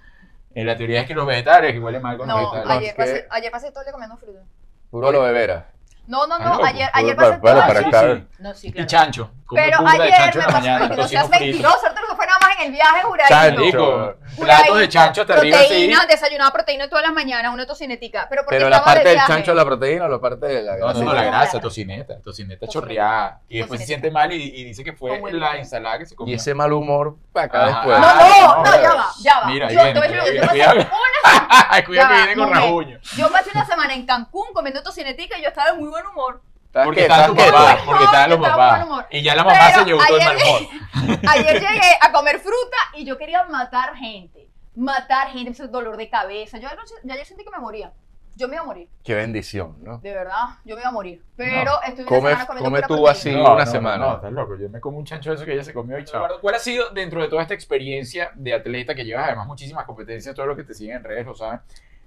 A: Eh, La teoría es que los vegetales, que huelen mal con los
B: No,
A: vegetales.
C: ay,
B: ayer
C: que-
B: pasé, ayer pasé todo el día comiendo fruta.
C: Puro lo de vera.
B: No, no,
A: Ah, no,
B: no, ayer,
C: pues,
B: ayer
C: bueno,
B: pasé
C: bueno,
B: todo
C: para
B: el
C: acá.
B: día.
C: claro.
B: No, Ah, sí,
A: Y
B: claro.
A: chancho. Come
B: Pero
A: burda de
B: ayer
A: chancho en
B: me
A: la
B: pasé,
A: mañana,
B: ay, no
A: tocino
B: seas
A: frito.
B: mentiroso, Arturo, eso fue nada más en el viaje,
C: Chancho.
B: juradito.
A: Rico,
B: Una
A: platos de chancho hasta arriba así.
B: Proteína, desayunaba proteína todas las mañanas, una tocinetica. Pero porque
C: Pero la
B: estaba
C: parte
B: de
C: del
B: viaje.
C: chancho de la proteína o la parte de la
A: No, no,
C: grasita.
A: no, la
B: Sí.
A: grasa, tocineta, tocineta
B: Tocineta.
A: chorreada. Y después se
B: Tocineta.
A: siente mal y, y dice que fue
B: Con huevo.
A: la ensalada que se comió.
C: Y ese mal humor para acá
A: Ajá.
C: después.
B: No, no,
A: Ah,
B: no, ya va, ya va.
A: Mira, ahí
B: yo, te
A: viene,
B: voy a decir lo que
A: ahí
B: yo
A: viene,
B: pasé
A: cuidado. Ay, cuidado
B: Ya
A: que
B: va,
A: viene con
B: momento.
A: rajuño.
B: Yo pasé una semana en Cancún comiendo tocinetica y yo estaba de muy buen humor.
C: ¿Sabes
A: Porque
C: qué?
A: estaban
C: ¿Sabes
A: los
C: qué?
A: papás,
B: Ay,
A: porque estaban los
B: yo estaba mal
A: papás.
B: humor.
A: Y ya la mamá
B: Pero
A: se llevó todo el mal
B: ayer-
A: humor.
B: Ayer llegué a comer fruta y yo quería matar gente. Matar gente, ese dolor de cabeza. Yo anoche- ya ayer sentí que me moría. Yo me iba a morir,
C: Qué bendición, ¿no?
B: de verdad. Yo me iba a morir. Pero estuve una
C: Come-
B: semana comiendo
C: come
B: pura
C: tú
B: proteína.
C: así. Sí, una semana.
A: No, estás loco. Yo me como un chancho de eso que ella se comió y chao. Eduardo, ¿Cuál ha sido, dentro de toda esta experiencia de atleta que llevas además muchísimas competencias, todos los que te siguen en redes lo saben,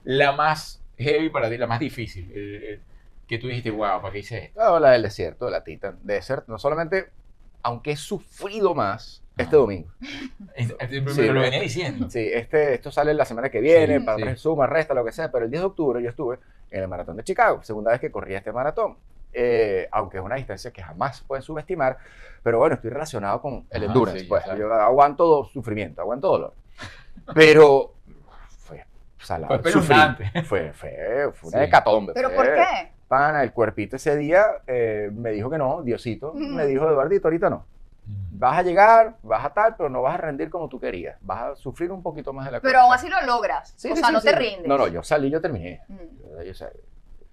A: la más heavy para ti, la más difícil? El- el- que tú dijiste, wow, ¿para qué hice esto?
C: Claro, la del desierto, de la Titan Desert. No solamente, aunque he sufrido más este domingo.
A: Es- es-
C: Sí.
A: lo venía diciendo.
C: Sí, este, esto sale la semana que viene,
A: Sí,
C: para
A: sí.
C: re- suma, resta, lo que sea, pero el 10 de octubre yo estuve en el maratón de Chicago, segunda vez que corría este maratón. Eh, aunque es una distancia que jamás pueden subestimar, pero bueno, estoy relacionado con el
A: Ajá,
C: endurance,
A: Ah, sí,
C: pues
A: claro.
C: yo aguanto sufrimiento, aguanto dolor. Pero fue salado,
A: Fue
C: sufrí.
A: espeluznante.
C: Fue, fue, fue una
A: Sí.
C: hecatombe.
B: ¿Pero
C: fue-
B: por qué?
C: Pana, el cuerpito ese día eh, me dijo que no, Diosito,
B: Mm.
C: me dijo Eduardito, ahorita no. Vas a llegar, vas a tal, pero no vas a rendir como tú querías. Vas a sufrir un poquito más de la
B: Pero aún así lo logras.
C: Sí,
B: o
C: sí,
B: sea,
C: sí,
B: no
C: sí.
B: te rindes.
C: No, no, yo salí, yo terminé.
B: Mm.
C: Yo- yo salí.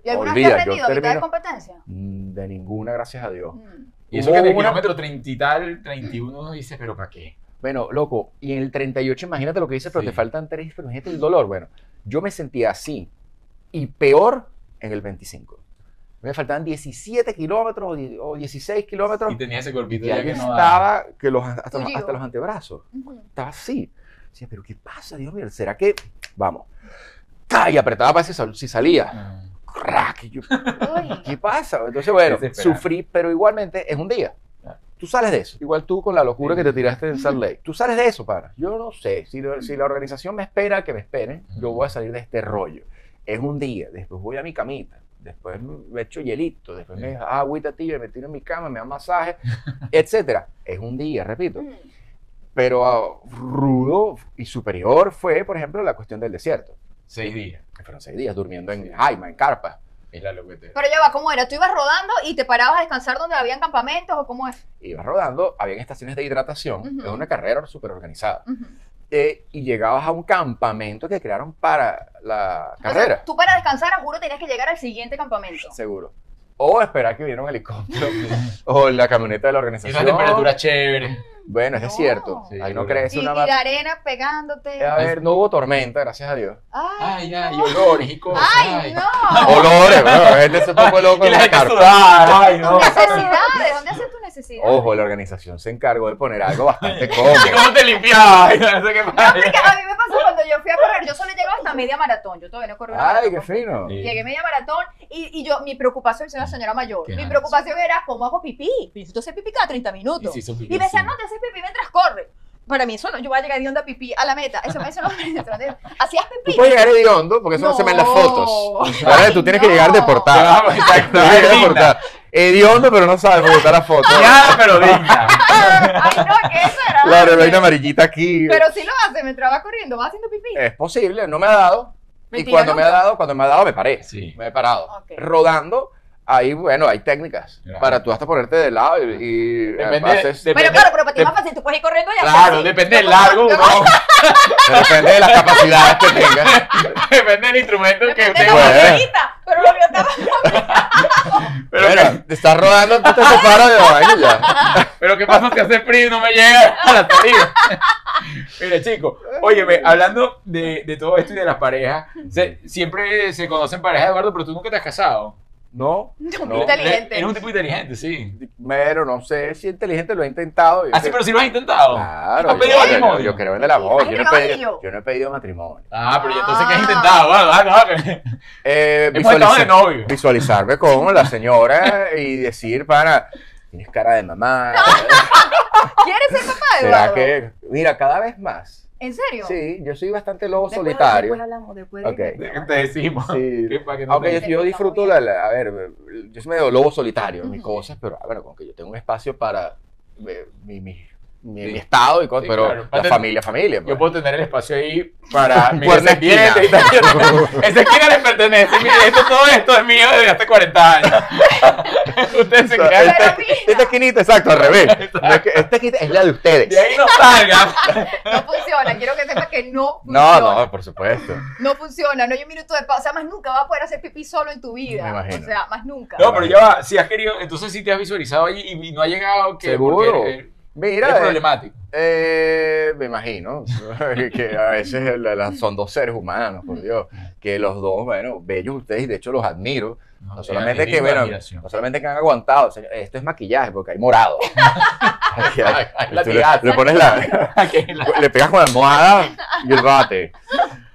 B: ¿Y alguna
C: Olvida,
B: vez
C: yo
B: te has rendido a mitad de
C: termino-
B: competencia?
C: Mm, De ninguna, gracias a Dios.
B: Mm.
A: Y eso que en el
C: Hubo una-
A: kilómetro 30 y tal, 31, uno dice, ¿pero para qué?
C: Bueno, loco, y en el 38, imagínate lo que dices, pero
A: Sí.
C: te faltan tres, pero imagínate el dolor. Bueno, yo me sentía así y peor en el 25. Me faltaban 17 kilómetros o die- o 16 kilómetros
A: Y tenía ese cuerpito
C: y
A: ya
C: ahí
A: que no daba.
C: estaba que los, hasta, los,
B: Tullido.
C: hasta los antebrazos.
B: Ujú.
C: Estaba así. Decía, pero ¿qué pasa, Dios mío? ¿Será que...? Vamos. ¡Ta! Y apretaba para ver si, sal- si salía.
A: Mm.
C: ¡Crack! Y yo,
B: Uy,
C: ¿Qué pasa? Entonces, bueno,
A: Desesperante.
C: sufrí, pero igualmente es un día.
A: Claro.
C: Tú sales de eso. Ah. Igual tú con la locura
A: Sí.
C: que te tiraste en Salt Lake. Tú sales de eso, para. Yo no sé. Si, lo- si la organización me espera que me esperen, yo voy a salir de este rollo. Es un día. Después voy a mi camita. Después me echo hielito. Después me
A: Sí.
C: hago agüita tibia, me tiro en mi cama, me dan masaje, etcétera. Es un día, repito.
B: Mm.
C: Pero ah, rudo y superior fue, por ejemplo, la cuestión del desierto.
A: Seis días.
C: Que Fueron seis días durmiendo en
A: Sí.
C: Jaima, en carpa.
A: Es la loquetera.
B: Pero ya va, ¿cómo era? ¿Tú ibas rodando y te parabas a descansar donde habían campamentos o cómo es?
C: ibas rodando, habían estaciones de hidratación,
B: Ujú.
C: es una carrera súper organizada.
B: Ujú.
C: Eh, y llegabas a un campamento que crearon para la
B: O sea,
C: carrera,
B: tú para descansar, a juro, tenías que llegar al siguiente campamento.
C: seguro. O esperar que viniera un helicóptero o la camioneta de
A: Y
C: la organización.
A: una temperatura chévere.
C: Bueno, es
B: No.
C: desierto.
A: Sí,
C: Ahí no
A: seguro.
C: crees
B: Y, y
C: una
B: la
C: mar-
B: arena pegándote.
C: A ver, no hubo tormenta, gracias a Dios.
B: Ay,
A: Ay, ay, y olores y cosas.
B: ay, no.
C: Olores, bueno, la gente es un poco loco
A: Y
C: en
A: la
C: la
A: gente
C: carpa.
A: sudaba, ay, no.
B: Necesidades. ¿Dónde haces tu necesidad?
C: Ojo, la organización se encargó de poner algo bastante cómodo.
A: ¿Cómo te limpiabas? Ay, no sé qué
B: No,
A: pasa.
B: porque a mí me pasó cuando yo fui a correr. Yo solo llegaba hasta media maratón. Yo todavía no corrí una
C: Ay,
B: maratón.
C: qué fino.
A: Sí.
B: Llegué media maratón y, y yo, mi preocupación, soy una señora mayor,
A: Qué
B: mi
A: asco.
B: preocupación era cómo hago pipí. Necesito hacer pipí cada 30 minutos.
A: Y sí, son
B: Y me decían,
A: riquísimos.
B: no te haces pipí mientras corres. Para mí eso no, yo voy a llegar de onda pipí a la meta. Eso, eso no me sorprende. Hacías
C: Tú
B: pipí.
C: puedes llegar hediondo, porque eso no se ve en las fotos. Ahora tú tienes que llegar deportado.
A: Vamos, pues, exacto,
C: Tú tienes que
A: digna.
C: deportado. Hediondo, pero no sabes porque está la foto.
A: Ya, pero digna.
B: Ay, no, ¿qué será?
C: La reina amarillita aquí.
B: Pero sí lo hace, me traba corriendo, va haciendo pipí.
C: Es posible, no me ha dado. Y
B: Mentira,
C: cuando me ha
B: nunca.
C: dado, cuando me ha dado, me paré.
A: Sí.
C: Me he parado.
B: Ok.
C: Rodando, ahí, bueno, hay técnicas.
A: Claro.
C: Para tú hasta ponerte de lado y, y
A: Depende,
C: haces-
A: depende-
B: Bueno, claro, pero para ti es
A: de-
B: más fácil, tú puedes ir corriendo y
A: Claro, depende del largo, uno-
C: depende de las capacidades que tengas.
A: depende del instrumento que
B: Depende de
A: usted
B: la
C: Bueno.
B: barriguita, pero lo que estaba...
A: Pero, que-
C: Mira, te estás rodando, tú te separas de la vaina y ya.
A: pero ¿qué pasa si hace frío y no me llega a la salida? Mira, chicos, óyeme, hablando de, de todo esto y de las parejas, se- siempre se conocen parejas, Eduardo, pero tú nunca te has casado.
C: No,
B: Un
C: No,
B: inteligente.
A: Eres un tipo inteligente, sí.
C: pero no sé si inteligente lo he intentado. Yo
A: Así,
C: creo-
A: Ah, pero si lo has intentado.
C: Claro,
A: ¿Has pedido
C: yo-
A: matrimonio?
C: Yo, yo creo en el amor.
B: ¿Has
C: Yo no, he
B: llegado
C: pedido,
B: a ello?
C: yo no he pedido matrimonio.
A: Ah, pero ¿y entonces, ¿qué has
B: Ah.
A: intentado? Ah, ah, no, que-
C: Eh,
A: Hemos estado de
C: visualiza-
A: novio.
C: visualizarme con la señora y decir, para, tienes cara de mamá.
B: ¿Quieres ser papá,
C: ¿Será
B: Eduardo?
C: que.? Mira, cada vez más.
B: ¿En serio?
C: Sí, yo soy bastante lobo
B: Después-
C: solitario.
B: Después hablamos, después de-
C: Ok.
A: Te decimos.
C: Sí.
A: Que para que no
C: Aunque
A: te-
C: yo- yo, disfruto la, la- A ver, yo soy medio lobo solitario en mis cosas, pero ah, bueno, como que yo tengo un espacio para eh, mi, mi, mi-
A: Sí.
C: mi estado y cosas,
A: Sí,
C: pero
A: claro.
C: la
A: Paten-
C: familia, familia.
A: Yo
C: pues.
A: puedo tener el espacio ahí para mis
C: Cuerda
A: descendientes y
C: esquina.
A: tal. Esa esquina le pertenece. Mire, esto, todo esto es mío desde hace 40 años. Ustedes se
C: O sea,
A: quedan.
B: Pero
C: esta,
B: mira.
C: esta esquinita, exacto, al revés. No es que- esta esquinita es la de ustedes.
A: De ahí no salgan.
B: No funciona, quiero que sepas que no funciona.
C: No, no, por supuesto.
B: No funciona, no hay un minuto de pausa. O sea, más nunca vas a poder hacer pipí solo en tu vida.
C: Me imagino.
B: O sea, más nunca.
A: No, pero ya va. Si has querido, entonces si te has visualizado ahí y, y no ha llegado. que
C: Seguro.
A: porque, eh,
C: Mira,
A: es
C: eh,
A: problemático.
C: Eh, me imagino que a veces la- la- son dos seres humanos, por Dios, que los dos, bueno, bellos ustedes y de hecho los admiro. No solamente que, bueno, no solamente que han aguantado, señor, esto es maquillaje porque hay morado. Aquí hay-
A: Ay, ay,
C: tú
A: latigazo.
C: le, le pones la, le pegas con la almohada y el bate.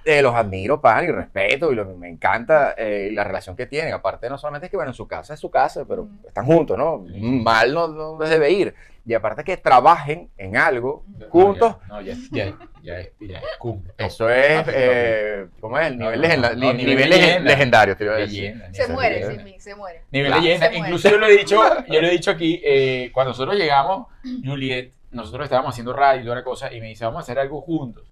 C: Eh, los admiro, pan, y respeto, y lo- me encanta eh, la relación que tienen. Aparte, no solamente es que, bueno, en su casa es su casa, pero
B: Ujú.
C: están juntos, ¿no?
A: Sí.
C: Mal no, no les debe ir. Y aparte que trabajen en algo juntos,
A: No, ya, ya, ya, es- ya es cumple.
C: Eso es,
A: Ah, sí,
C: eh, ¿cómo es? El
A: No,
C: nivel,
A: no,
C: legenda-
A: no,
C: li-
A: nivel
C: nivel
A: leyenda.
C: lege- legendario, te iba a decir.
A: Leyenda,
B: se
A: esa
B: muere
A: leyenda.
B: sin mí, se muere.
A: Nivel
C: Claro.
A: leyenda.
B: Se muere.
A: Incluso yo lo he dicho, yo lo he dicho aquí, eh, cuando nosotros llegamos, Juliet, nosotros estábamos haciendo radio y toda la cosa, y me dice, vamos a hacer algo juntos.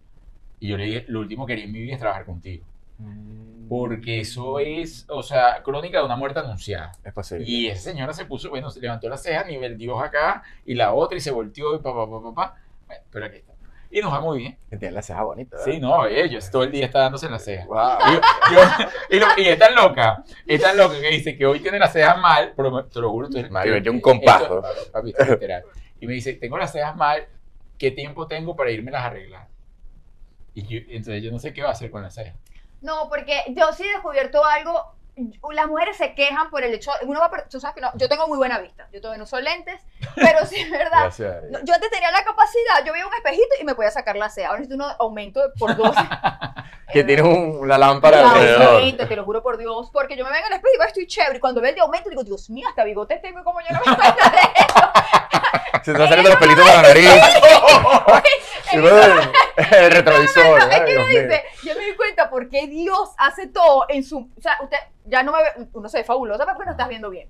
A: Y yo le dije, lo último que haría en mi vida es trabajar contigo.
C: Mm.
A: Porque eso es, o sea, crónica de una muerte anunciada.
C: Es posible.
A: Y esa señora se puso, bueno, se levantó la ceja, nivel Dios acá, y la otra, y se volteó, y papá, papá, papá. Bueno, pero aquí está. Y nos va muy bien.
C: Tiene la ceja bonita. ¿verdad?
A: Sí, no, ellos todo el día está dándose la ceja.
C: Wow.
A: Y, yo- y, lo- y es tan loca, es tan loca que dice que hoy tiene las cejas mal, pero me- te lo juro, tú-
C: Mario,
A: tú-
C: yo un compazo.
A: esto- papi, esto es literal. Y me dice, tengo las cejas mal, ¿qué tiempo tengo para irme las arreglar? Y yo- entonces yo no sé qué va a hacer con las cejas.
B: No, porque yo sí he descubierto algo. Las mujeres se quejan por el hecho. Uno va, per- tú sabes que no, yo tengo muy buena vista. Yo todavía no uso lentes, pero sí es verdad.
C: Gracias. a Dios.
B: No, yo antes tenía la capacidad, yo veía un espejito y me podía sacar la ceja. Ahora necesito un aumento de por dos.
C: Que tiene un- una lámpara
B: Claro,
C: alrededor.
B: aumento, te lo juro por Dios, porque yo me vengo al espejo y digo, "Ay, estoy chévere. Y cuando veo el de aumento, digo, Dios mío, hasta bigote tengo, como yo no me doy cuenta de eso.
C: Se están saliendo los pelitos de la nariz. Se
B: En
C: ve
B: ese
C: el, el retrovisor.
B: momento, es
C: ay,
B: que uno
C: Dios mío.
B: dice, yo me di cuenta por qué Dios hace todo en su. O sea, usted ya no me ve, uno se ve fabulosa, pero pues no estás viendo bien.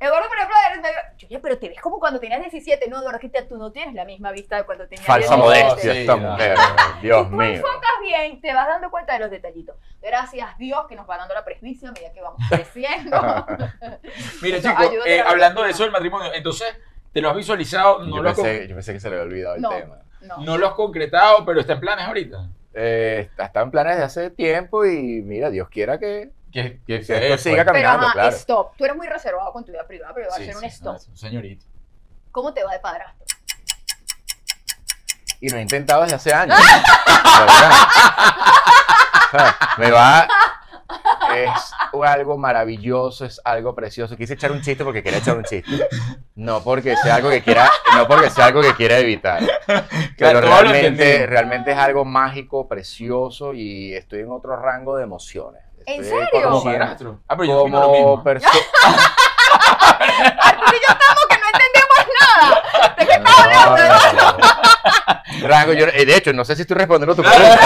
B: Eduardo, por ejemplo, me ve- yo, "Oye, pero te ves como cuando tenías 17. No, Eduardo, es que te- tú no tienes la misma vista de cuando tenías
C: Falsa
A: No,
B: 17.
C: modestia
A: sí,
C: esta
A: no.
C: mujer.
B: Si
C: Dios
B: tú
C: mío.
B: enfocas bien, te vas dando cuenta de los detallitos. Gracias Dios que nos va dando la presbicia a medida que vamos creciendo.
A: Mira,
B: Eso,
A: chicos,
B: ayúdate
A: eh,
B: a la
A: hablando
B: persona.
A: de eso del matrimonio, entonces, ¿te lo has visualizado? No
C: Yo
A: lo has,
C: pensé, yo pensé que se le había olvidado el
B: No.
C: tema.
B: No.
A: con- no lo has concretado, pero está en planes ahorita.
C: Eh, está, está en planes de hace tiempo y mira, Dios quiera que,
A: Que, que
C: que esto
A: pues.
C: siga
B: Pero
C: caminando,
B: ajá,
C: claro.
B: stop. Tú eres muy reservado con tu vida privada, pero va a
A: Sí,
B: ser un
A: sí,
B: stop.
A: no, es un señorito.
B: ¿Cómo te va de padrastro?
C: Y lo he intentado desde hace años. La verdad. O sea, Me va. Es algo maravilloso, es algo precioso. Quise echar un chiste porque quería echar un chiste. No porque sea algo que quiera, no porque sea algo que quiera evitar. Pero
A: Claro, todo lo
C: realmente,
A: entendí.
C: realmente es algo mágico, precioso y estoy en otro rango de emociones.
B: ¿En
C: Estoy
B: serio?
A: Como
C: conociendo-
A: padrastro. Ah, pero yo no lo
C: Como
A: mismo.
C: persona.
B: Arturo y yo estamos que no entendemos nada. ¿De qué estás
C: No,
B: hablando?
C: no, no. rango. Yo, eh, de hecho, no sé si estoy respondiendo tu pregunta.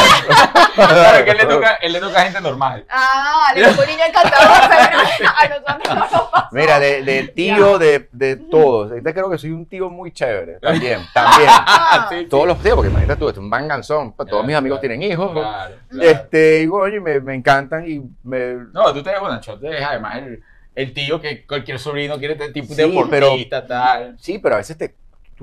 A: Claro, que él le toca, él le toca a gente normal.
B: Ah, le tocó niño encantador. pero a nosotros no nos pasó.
C: Mira, de, de tío, de, de todos. Ahorita creo que soy un tío muy chévere. También, también.
B: Ah,
A: Sí, sí.
C: Todos los tíos, porque imagínate tú, esto es un manganzón. pues, Todos
A: Claro,
C: mis amigos
A: claro.
C: tienen hijos.
A: Claro, claro.
C: Este, y coño, y me, me encantan y me...
A: No, tú te ves bonachón, te ves además el, el tío que cualquier sobrino quiere tener tipo
C: Sí,
A: de deportista, tal.
C: Sí, pero a veces te... tú-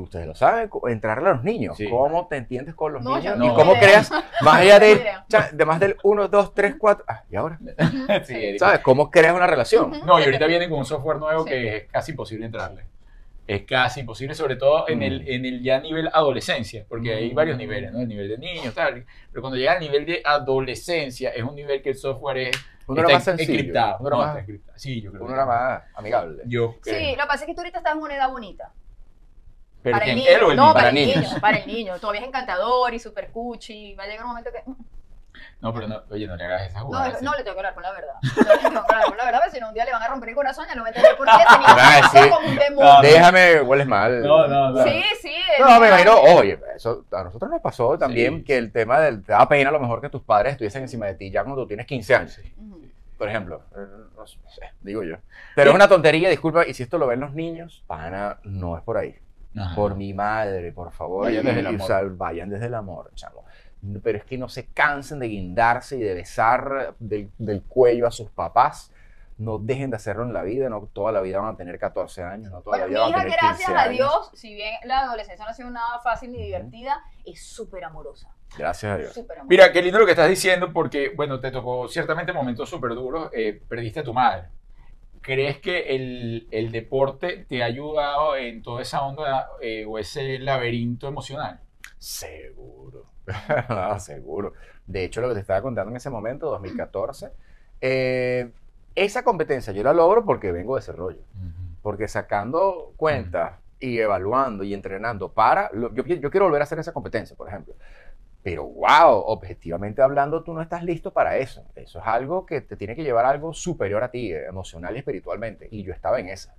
C: Ustedes lo saben, co- entrarle a los niños.
A: Sí.
C: ¿Cómo te entiendes con los
B: No, yo
C: niños?
A: no
C: ¿Y
A: tengo
C: cómo
B: idea.
C: creas? Más allá
B: No
C: del,
B: tengo idea.
C: cha- de más del 1, 2, 3, 4. Ah, ¿y ahora?
A: Sí, Eric.
C: ¿Sabes? ¿Cómo creas una relación?
B: Ujú.
A: No, y ahorita viene con un software nuevo
B: Sí.
A: que es casi imposible entrarle. Es casi imposible, sobre todo en,
C: Mm.
A: el, en el ya nivel adolescencia, porque hay varios niveles, ¿no? El nivel de niños, tal. Pero cuando llega al nivel de adolescencia, es un nivel que el software es
C: Uno era más
A: está
C: sencillo.
A: encriptado. Uno era más
C: Ah.
A: encriptado. Sí, yo creo.
C: Uno
A: que
C: era
A: también.
C: más amigable.
A: Yo creo.
B: Sí, lo que pasa es que tú ahorita estás en una edad bonita.
A: Pero
B: para
A: ¿quién?
B: el niño.
A: ¿Él o el
B: no,
A: niño?
B: para,
C: Para
B: el niño,
C: niños.
B: para el niño. Todavía es encantador y super cuchi. Va a llegar un momento que. No,
A: No, pero no, oye, no le hagas esa jugada.
B: no, le tengo que hablar con la verdad. No le tengo que hablar con la verdad, porque si no, un día le van a romper el corazón y al 99% se
C: Ah,
B: niño
C: sí.
B: sea como un demonio.
C: Déjame, hueles mal.
A: no, no, no. oh.
B: Sí, sí.
C: No, me
B: es-
C: imagino, oye, eso a nosotros nos pasó también
A: Sí.
C: que el tema del, te da pena a lo mejor que tus padres estuviesen encima de ti ya cuando tú tienes 15 años,
A: Sí.
B: Ujú.
C: por ejemplo. Eh, No sé, digo yo. Pero es una tontería, disculpa, y si esto lo ven los niños, pana, no es por ahí.
A: Ajá.
C: Por mi madre, por favor.
A: Ah. Vayan desde el
C: Y, o
A: amor.
C: sea, vayan desde el amor, chamo. Pero es que no se cansen de guindarse y de besar del, del cuello a sus papás. No dejen de hacerlo en la vida, no toda la vida van a tener 14 años, no toda
B: Bueno,
C: la
B: mi
C: vida van a
B: hija,
C: tener
B: gracias
C: 15
B: a
C: años.
B: Dios, si bien la adolescencia no ha sido nada fácil ni
C: Ujú.
B: divertida, es súper amorosa.
C: Gracias a Dios.
B: Súper amorosa.
A: Mira, qué lindo lo que estás diciendo porque, bueno, te tocó ciertamente momentos súper duros, eh, perdiste a tu madre. ¿Crees que el, el deporte te ha ayudado en toda esa onda eh, o ese laberinto emocional?
C: Seguro. Ah, seguro. De hecho, lo que te estaba contando en ese momento, 2014, eh, esa competencia yo la logro porque vengo de ese rollo. Porque sacando cuentas y evaluando y entrenando para. lo- yo, qui- yo quiero volver a hacer esa competencia, por ejemplo. Pero wow, objetivamente hablando, tú no estás listo para eso. Eso es algo que te tiene que llevar a algo superior a ti, eh, emocional y espiritualmente. Y yo estaba en esa.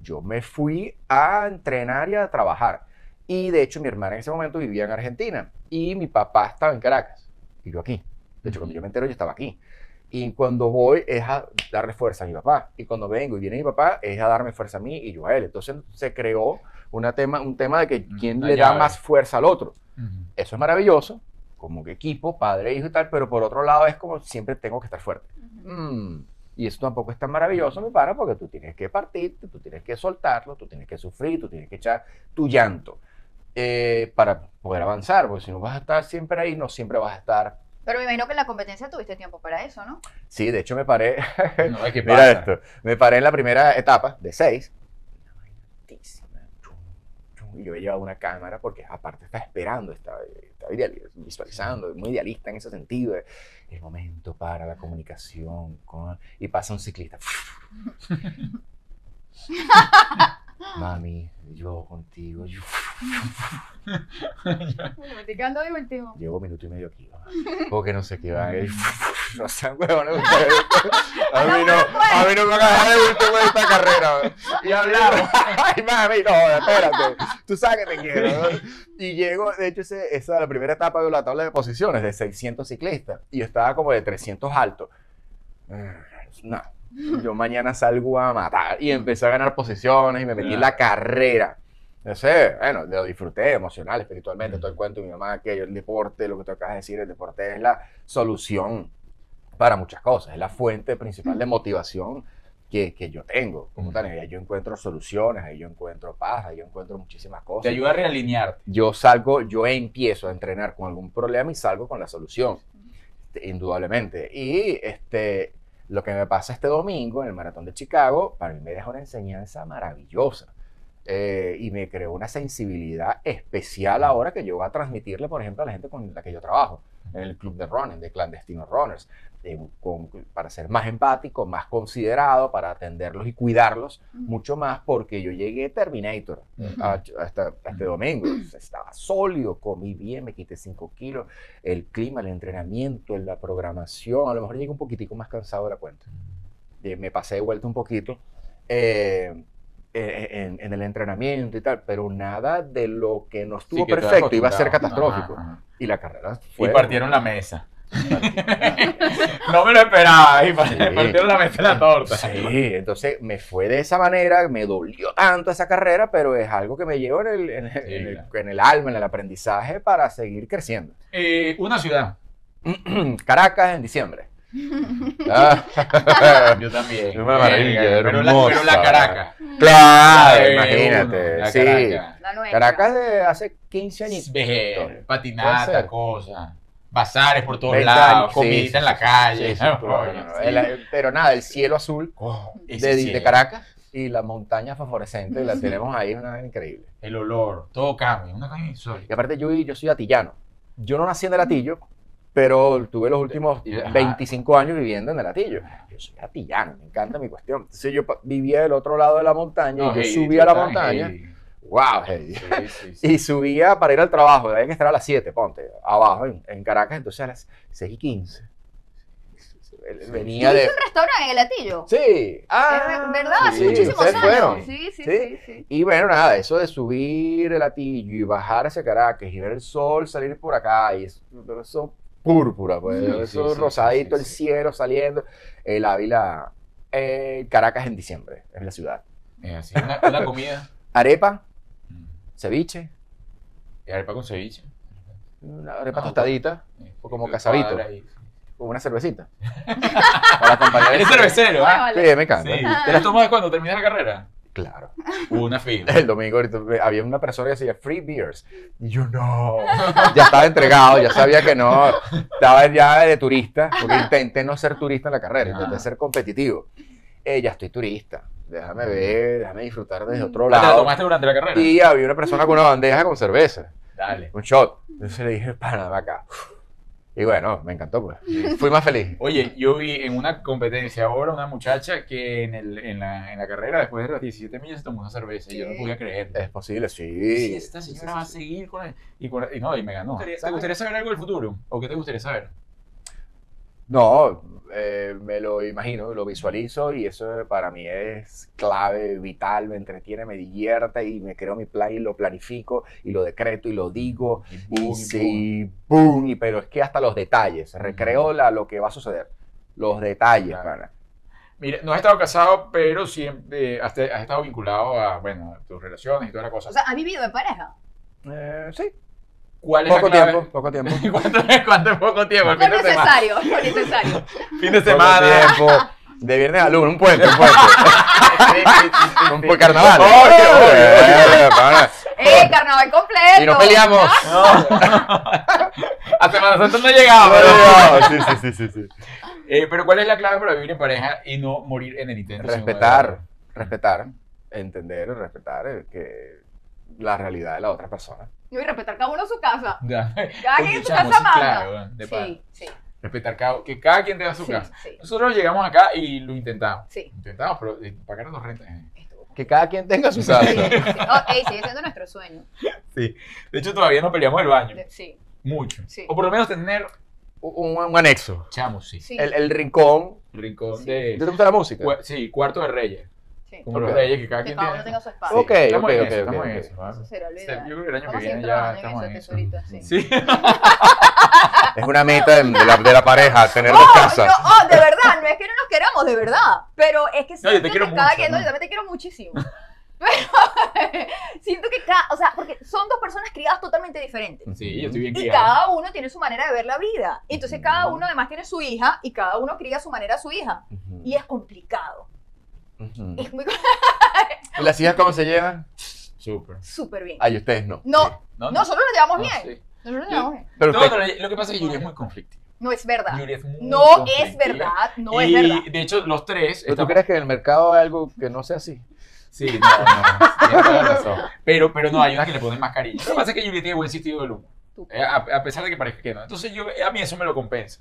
C: Yo me fui a entrenar y a trabajar. Y de hecho, mi hermana en ese momento vivía en Argentina y mi papá estaba en Caracas y yo aquí. De hecho, cuando yo me entero, yo estaba aquí. Y cuando voy es a darle fuerza a mi papá. Y cuando vengo y viene mi papá, es a darme fuerza a mí y yo a él. Entonces se creó una tema, un tema de que
A: Mm,
C: quién
A: la
C: le da
A: llave.
C: más fuerza al otro.
A: Ujú.
C: Eso es maravilloso, como que equipo, padre, hijo y tal, pero por otro lado es como siempre tengo que estar fuerte.
B: Ujú.
C: Mm, Y eso tampoco es tan maravilloso, mi pana, porque tú tienes que partirte, tú tienes que soltarlo, tú tienes que sufrir, tú tienes que echar tu llanto eh, para poder avanzar, porque si no vas a estar siempre ahí, no siempre vas a estar.
B: Pero me imagino que en la competencia tuviste tiempo para eso, ¿no?
C: Sí, de hecho me paré,
A: No, ¿qué
C: mira
A: pasa?
C: esto, me paré en la primera etapa de seis. Una vaina altísima, chum, chum, Y yo llevaba una cámara porque aparte está esperando, está, está ideal- visualizando, es muy idealista en ese sentido. de El momento para la comunicación con... Y pasa un ciclista. Mami, yo contigo, yo
B: Me ando divertido.
C: llevo minuto y medio aquí. mamá, Porque no sé qué va. y- No sean huevones ustedes. A mí no, pues. a mí no me van a dejar de último de esta carrera. weón.
A: Y hablamos.
C: Ay, mami, no, espérate. Tú sabes que te quiero. ¿no? Y llego, de hecho, ese- esa era la primera etapa de la tabla de posiciones de 600 ciclistas. Y yo estaba como de 300 alto. Mm, No, yo mañana salgo a matar. Y empecé a ganar posiciones y me metí en la carrera. No sé, bueno, lo disfruté emocional, espiritualmente, todo el cuento de mi mamá, aquello, el deporte, lo que tú acabas de decir, el deporte es la solución para muchas cosas, es la fuente principal
A: Mm.
C: de motivación que, que yo tengo. Como tal, ahí yo encuentro soluciones, ahí yo encuentro paz, ahí yo encuentro muchísimas cosas.
A: Te ayuda a realinearte.
C: Yo salgo, yo empiezo a entrenar con algún problema y salgo con la solución, este, indudablemente. Y este, lo que me pasa este domingo en el Maratón de Chicago, para mí me deja una enseñanza maravillosa. Eh, y me creó una sensibilidad especial ahora que yo voy a transmitirle, por ejemplo, a la gente con la que yo trabajo, en el club de running, de clandestinos runners, eh, con- para ser más empático, más considerado, para atenderlos y cuidarlos mucho más, porque yo llegué Terminator a- hasta, hasta domingo. Estaba sólido, comí bien, me quité 5 kilos. El clima, el entrenamiento, la programación. A lo mejor llegué un poquitico más cansado de la cuenta. Eh, Me pasé de vuelta un poquito. Eh, eh, en, en el entrenamiento y tal, pero nada de lo que no estuvo
A: Sí, que estaba
C: perfecto iba a ser
A: acostumbrado.
C: catastrófico.
A: Ajá, ajá.
C: Y la carrera
A: Y
C: fue...
A: partieron la mesa. no me lo esperaba. Y par-
C: Sí.
A: partieron la mesa de la torta.
C: Sí, entonces me fue de esa manera, me dolió tanto esa carrera, pero es algo que me llevo en el, en el-
A: Sí,
C: en el-
A: claro.
C: en el alma, en el aprendizaje para seguir creciendo.
A: Eh, una ciudad.
C: Caracas en diciembre. Ah,
A: Yo también.
C: Es una maravilla,
A: pero, la, pero la
C: hermosa.
A: Caracas.
C: claro,
A: Eh,
C: imagínate.
A: uno, la
C: sí. Caracas.
A: Caracas.
B: La nuestra.
C: de hace 15 años.
A: Vejer,
C: Puede
A: patinata,
C: ser.
A: cosas. Bazares por todos
C: Venta-
A: lados,
C: sí,
A: comidita
C: sí,
A: en la
C: sí,
A: calle.
C: sí, sí, claro, no, no, el- pero nada, el cielo azul
A: Oh, ese
C: de,
A: sí
C: de
A: es.
C: Caracas y la montaña fosforescente, la tenemos ahí, una vaina increíble.
A: El olor, todo cambia. Una cosa
C: Y
A: insólita.
C: aparte yo, yo soy atillano. Yo no nací en el atillo, pero tuve los últimos
A: Ajá.
C: 25 años viviendo en el atillo. Yo soy atillano, me encanta mi cuestión. Entonces yo pa- vivía del otro lado de la montaña y yo
A: hey,
C: subía a la
A: total,
C: montaña.
A: hey.
C: ¡Wow! hey.
A: Sí, sí, sí.
C: Y subía para ir al trabajo, había que estar a las 7, ponte, abajo en, en Caracas, entonces a las 6 y 15. Venía de...
B: un restaurante en el latillo?
C: Sí,
B: Es
C: ah,
B: ¿Verdad? Hace
A: sí,
B: muchísimos
C: ustedes
B: años.
C: fueron.
B: Sí, sí,
C: Sí.
B: sí, sí.
C: Y bueno, nada, eso de subir el latillo y bajar hacia Caracas y ver el sol salir por acá, y eso, eso púrpura, pues,
A: Sí, sí,
C: eso
A: sí, sí,
C: rosadito,
A: sí,
C: el
A: sí.
C: cielo saliendo, el Ávila, eh, Caracas en diciembre, es la ciudad.
A: Es así. Una, una comida. Mm.
C: Arepa, ceviche,
A: Y arepa con ceviche.
C: una arepa
A: Ah,
C: tostadita, o como casabito.
A: Cuadra ahí.
C: con una cervecita. Para acompañar el
A: Eres
C: cielo.
A: cervecero,
B: Bueno,
A: ¿ah?
B: vale.
C: Sí, me
A: Sí.
C: encanta.
A: ¿Te las tomas cuando terminas la carrera?
C: Claro.
A: Una fila.
C: El domingo ahorita ve- había una persona que decía free beers. Y yo no. Ya estaba entregado, ya sabía que no. Estaba ya de turista, porque intenté no ser turista en la carrera, intenté
A: Ah.
C: ser competitivo. Eh, ya estoy turista. Déjame ver, déjame disfrutar desde otro
A: ¿Te la
C: lado.
A: tomaste durante la carrera?
C: Y había una persona con una bandeja con cerveza,
A: Dale.
C: un shot. Entonces le dije, para acá. Y bueno, me encantó, pues. Fui más feliz.
A: Oye, yo vi en una competencia ahora una muchacha que en, el, en, la, en la carrera, después de las 17 millas, se tomó una cerveza y yo no
B: Sí.
A: podía creer.
C: Es posible, sí.
A: Sí, esta señora va a seguir con el, y, con- y no, y me ganó. ¿Te gustaría saber algo del futuro? ¿O qué te gustaría saber?
C: No, eh, me lo imagino, lo visualizo y eso para mí es clave, vital, me entretiene, me divierte y me creo mi plan y lo planifico y lo decreto y lo digo
A: Y
C: y
A: boom, y boom.
C: sí, boom, y pero es que hasta los detalles, recreo la, lo que va a suceder, los detalles,
A: Claro.
C: pana.
A: Mira, no has estado casado, pero siempre eh, has, te- has estado vinculado a, bueno, a tus relaciones y toda la cosa.
B: O sea, ¿has vivido en pareja?
C: Eh, sí,
A: ¿Cuál es
C: poco
A: la clave?
C: tiempo, poco tiempo.
A: ¿Cuánto, cuánto es poco tiempo? El
B: No
A: fin
B: es
A: de semana.
B: necesario, no es necesario.
A: Fin de
C: Poco
A: semana.
C: tiempo, de viernes a lunes, un puente, un puente, un puente carnaval.
A: Oye,
C: Eh, pana,
B: ¡Eh, carnaval completo!
C: Y nos peleamos.
A: No. A Semana Santa no he llegado, pero...
C: Ah, bueno, sí, sí, sí, sí, sí.
A: Eh, pero ¿cuál es la clave para vivir en pareja y no morir en el intento? sino
C: respetar, respetar, entender, respetar eh, que la realidad de la otra persona.
B: Y respetar cada uno su casa.
A: de verdad? Ya.
B: Cada quien en su
A: Escuchamos,
B: casa
A: sí, claro,
B: manda.
A: bueno, de pana.
B: Sí, sí,
A: Respetar cada, que cada quien tenga su
B: sí,
A: casa.
B: sí,
A: Nosotros llegamos acá y lo intentamos.
B: sí.
A: Intentamos, pero eh, pagar dos rentas. eh.
B: Estuvo.
C: Que cada quien tenga su
B: Sí,
C: casa.
B: sí, sí. Oh, ey, sigue siendo nuestro sueño.
A: De hecho, todavía no peleamos el baño.
B: De- Sí,
A: Mucho.
B: Sí.
A: O por lo menos tener,
C: Un, un anexo.
A: chamos, sí.
B: sí,
C: El, el rincón.
A: Rincón
B: Sí.
C: ¿Te
A: de...
C: gusta la música?
A: cua- sí, cuarto de reyes.
B: sí.
A: Como
C: Ok.
A: los reyes que cada
B: Que
A: quien
B: cada uno
A: tiene.
B: tenga su espacio.
C: Ok,
A: Estamos
C: ok,
A: en
C: ok,
A: eso,
C: ok,
A: estamos en
C: ok.
A: eso, ¿vale?
B: Eso será lo
A: Sí,
B: ideal.
A: Yo creo que el año que
B: Vamos a
A: viene
B: ir
A: ya
B: trabajando
A: estamos
B: en eso,
A: en eso.
B: tesorito, sí.
A: Sí.
C: Es una meta de, de la, de la pareja, tener
B: Oh,
C: dos
B: yo-
C: casas.
B: oh, de verdad, no es que no nos queramos, de verdad. Pero es que
A: te
B: siento
A: quiero
B: que cada
A: mucho,
B: quien, no,
A: ¿no?
B: yo también te quiero muchísimo. Pero siento que cada, o sea, porque son dos personas criadas totalmente diferentes.
A: Sí, yo estoy bien
B: Y
A: criado.
B: cada uno tiene su manera de ver la vida. Entonces cada uno además tiene su hija y cada uno cría a su manera a su hija.
C: Ujú,
B: Y es complicado.
A: Mm.
C: ujú.
B: Es muy
C: ¿Y las hijas cómo se llevan?
A: Súper.
B: súper bien.
C: Ay, ustedes no.
B: No, nosotros nos llevamos bien.
A: sí.
B: Nosotros nos llevamos bien.
C: Pero
A: No,
C: usted-
A: pero lo que pasa es que Yuri es muy conflictiva.
B: No es verdad.
A: Yuri es muy
B: No es
A: conflictiva.
B: verdad, no es
A: y
B: verdad.
A: de hecho, los tres.
C: ¿pero ¿tú
A: estamos-
C: crees que en el mercado hay algo que no sea así?
A: Sí, no, no, no, tienes toda la razón. Pero, pero no, hay unas que le ponen más cariño. Lo que pasa es que Yuri tiene buen sentido del humor. eh, A, a pesar de que parezca que no. Entonces, yo, a mí eso me lo compensa.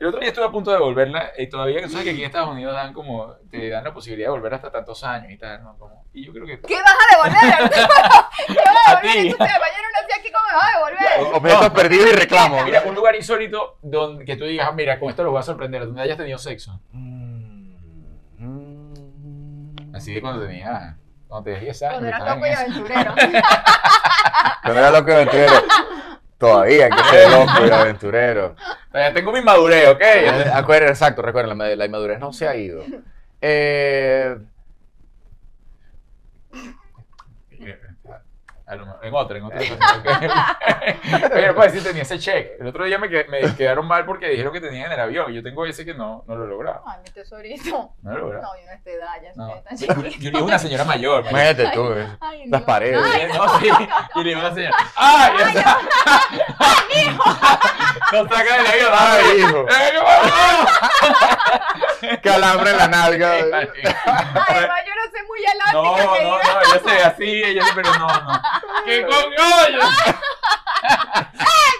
A: El otro día estuve a punto de volverla. Y todavía que sabes que aquí en Estados Unidos dan como, te dan la posibilidad de volver hasta tantos años y tal. ¿no? Como- y yo creo que.
B: ¿Qué vas a devolver? ¿Qué vas a
A: A ti. Oh,
B: devolver? Tú te mañana no sé aquí cómo me vas a devolver.
C: Objetos perdidos y reclamo.
A: Mira, un lugar insólito donde que tú digas, "Ah, mira, con esto los voy a sorprender, donde hayas tenido sexo.
C: Mm, mm.
A: Así de cuando tenía Cuando tenías 10 años.
B: Cuando eras
A: estabas
B: loco y
A: en eso.
B: aventurero.
C: Pero era loco y aventurero. Todavía hay que ser loco y aventurero.
A: Todavía tengo mi madurez, ¿ok?
C: Eh, acuérdense, exacto, recuerden, la, la inmadurez no se ha ido. Eh,
A: Eh, A lo mejor- En otra, en otra. cosa, ok. Oye, pues sí tenía ese check. El otro día me, qued- me quedaron mal porque dijeron que tenía en el avión. Y yo tengo ese que no, no lo he logrado.
B: Ay, mi tesorito.
A: No lo he logrado.
B: No, yo no estoy edad, ya
A: No.
B: soy
A: Yo
B: tan chiquita.
A: yo le digo una señora mayor. marico.
C: imagínate tú, eh,
B: Ay,
C: las
B: Dios.
C: paredes.
A: Eh, No, sí. Y le digo una señora. ¡Ay! ya está! ¡Nos saca del avión! ¡Ay!
C: ¡Ay, hijo!
A: ¡Ay, no, no, no!
C: Calambre en la nalga.
B: Además, yo no sé muy elástica
A: No,
B: que
A: no, no,
B: diga.
A: ella se ve así, ella se- pero no, no. ¡Qué coño!
B: Ay,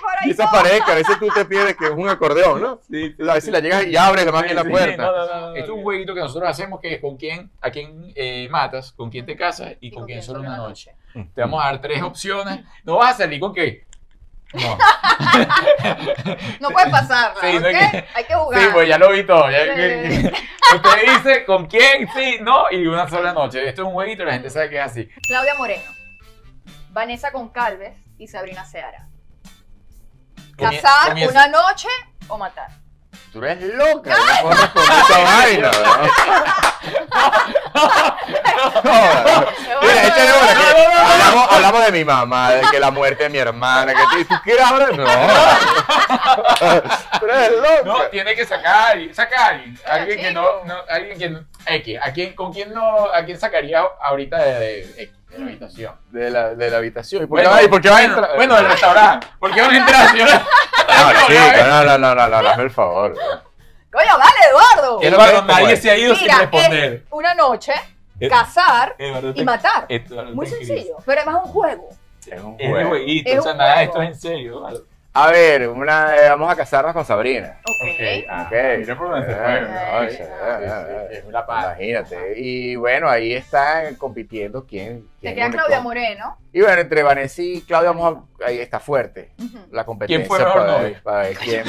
B: por ahí
C: Y esa
B: no.
C: pared que a veces tú te pierdes que es un acordeón, ¿no?
A: Sí,
C: A veces la llegas y abres más bien la
A: Sí,
C: puerta.
A: no, no, no, no. Esto es un jueguito que nosotros hacemos que es con quién, a quién eh, matas, con quién te casas y,
B: Y
A: con,
B: con
A: quién
B: quién
A: solo
B: solo
A: una
B: una
A: noche. Te vamos a dar tres opciones. No vas a salir con qué. No.
B: No puede pasarla,
A: Sí, no hay
B: ¿ok?
A: que-
B: Hay que jugar. Eh,
A: Sí, pues ya lo vi todo. ya-
B: Sí.
A: Usted dice con quién, sí, no, y una sola noche. Esto es un jueguito, la gente sabe que es así.
B: Claudia Moreno, Vanessa Concalves y Sabrina Seara.
A: Comie-
B: ¿Casar
A: comienza-
B: una noche o matar?
C: Tú eres loca. No puedes responder esa vaina, ¿verdad? No, no. Mira, échale una, que hablamos, hablamos de mi mamá, de que la muerte de mi hermana, que tú- tú quieres ahora. No. Tú eres loca.
A: No, tiene que sacar a alguien, saca a alguien, alguien que no,
B: chico.
A: no- alguien que no, X, ¿a quién, con quién no, a quién sacaría ahorita de, de X, de la habitación?
C: De la, de la habitación. ¿Y por qué
A: Bueno,
C: va- y por qué va a
A: bueno,
C: entrar? Ah,
A: Bueno, del restaurante, ¿por qué van a entrar, señora?
C: no, chico, no, no, no, no, no, no, hazme el favor.
B: Coño, vale, Eduardo.
C: ¿Qué
A: Eduardo, nadie
C: ¿Cómo es?
A: se ha ido
B: Mira,
A: eh. sin responder.
B: es una noche,
A: Eh,
B: casar
A: Eduardo,
B: y
A: te-
B: matar.
A: Eduardo,
B: Muy
A: te quería.
B: sencillo, pero además es un juego.
C: Es un
A: Es de
C: juego.
A: jueguito,
B: Es
A: o sea,
B: un
A: nada,
B: juego.
A: esto es en serio. ¿vale?
C: A ver, una, eh, vamos a casarnos con Sabrina.
B: Ok.
A: ah,
C: Ok.
A: mira por dónde se
C: Ah,
A: fue.
C: no,
A: ¿no?
C: sí,
A: Sí,
C: ah,
A: sí, sí, eh, es una paja.
C: Imagínate. Y bueno, ahí están compitiendo quién.
B: Te
C: quién
B: queda
C: une
B: Claudia
C: con-
B: Moreno.
C: Y bueno, entre Vanessa y Claudia vamos a- ahí está fuerte.
B: Ujú.
C: La competencia
A: ¿Quién fue mejor
C: para,
A: novio?
C: ver- para ver quién.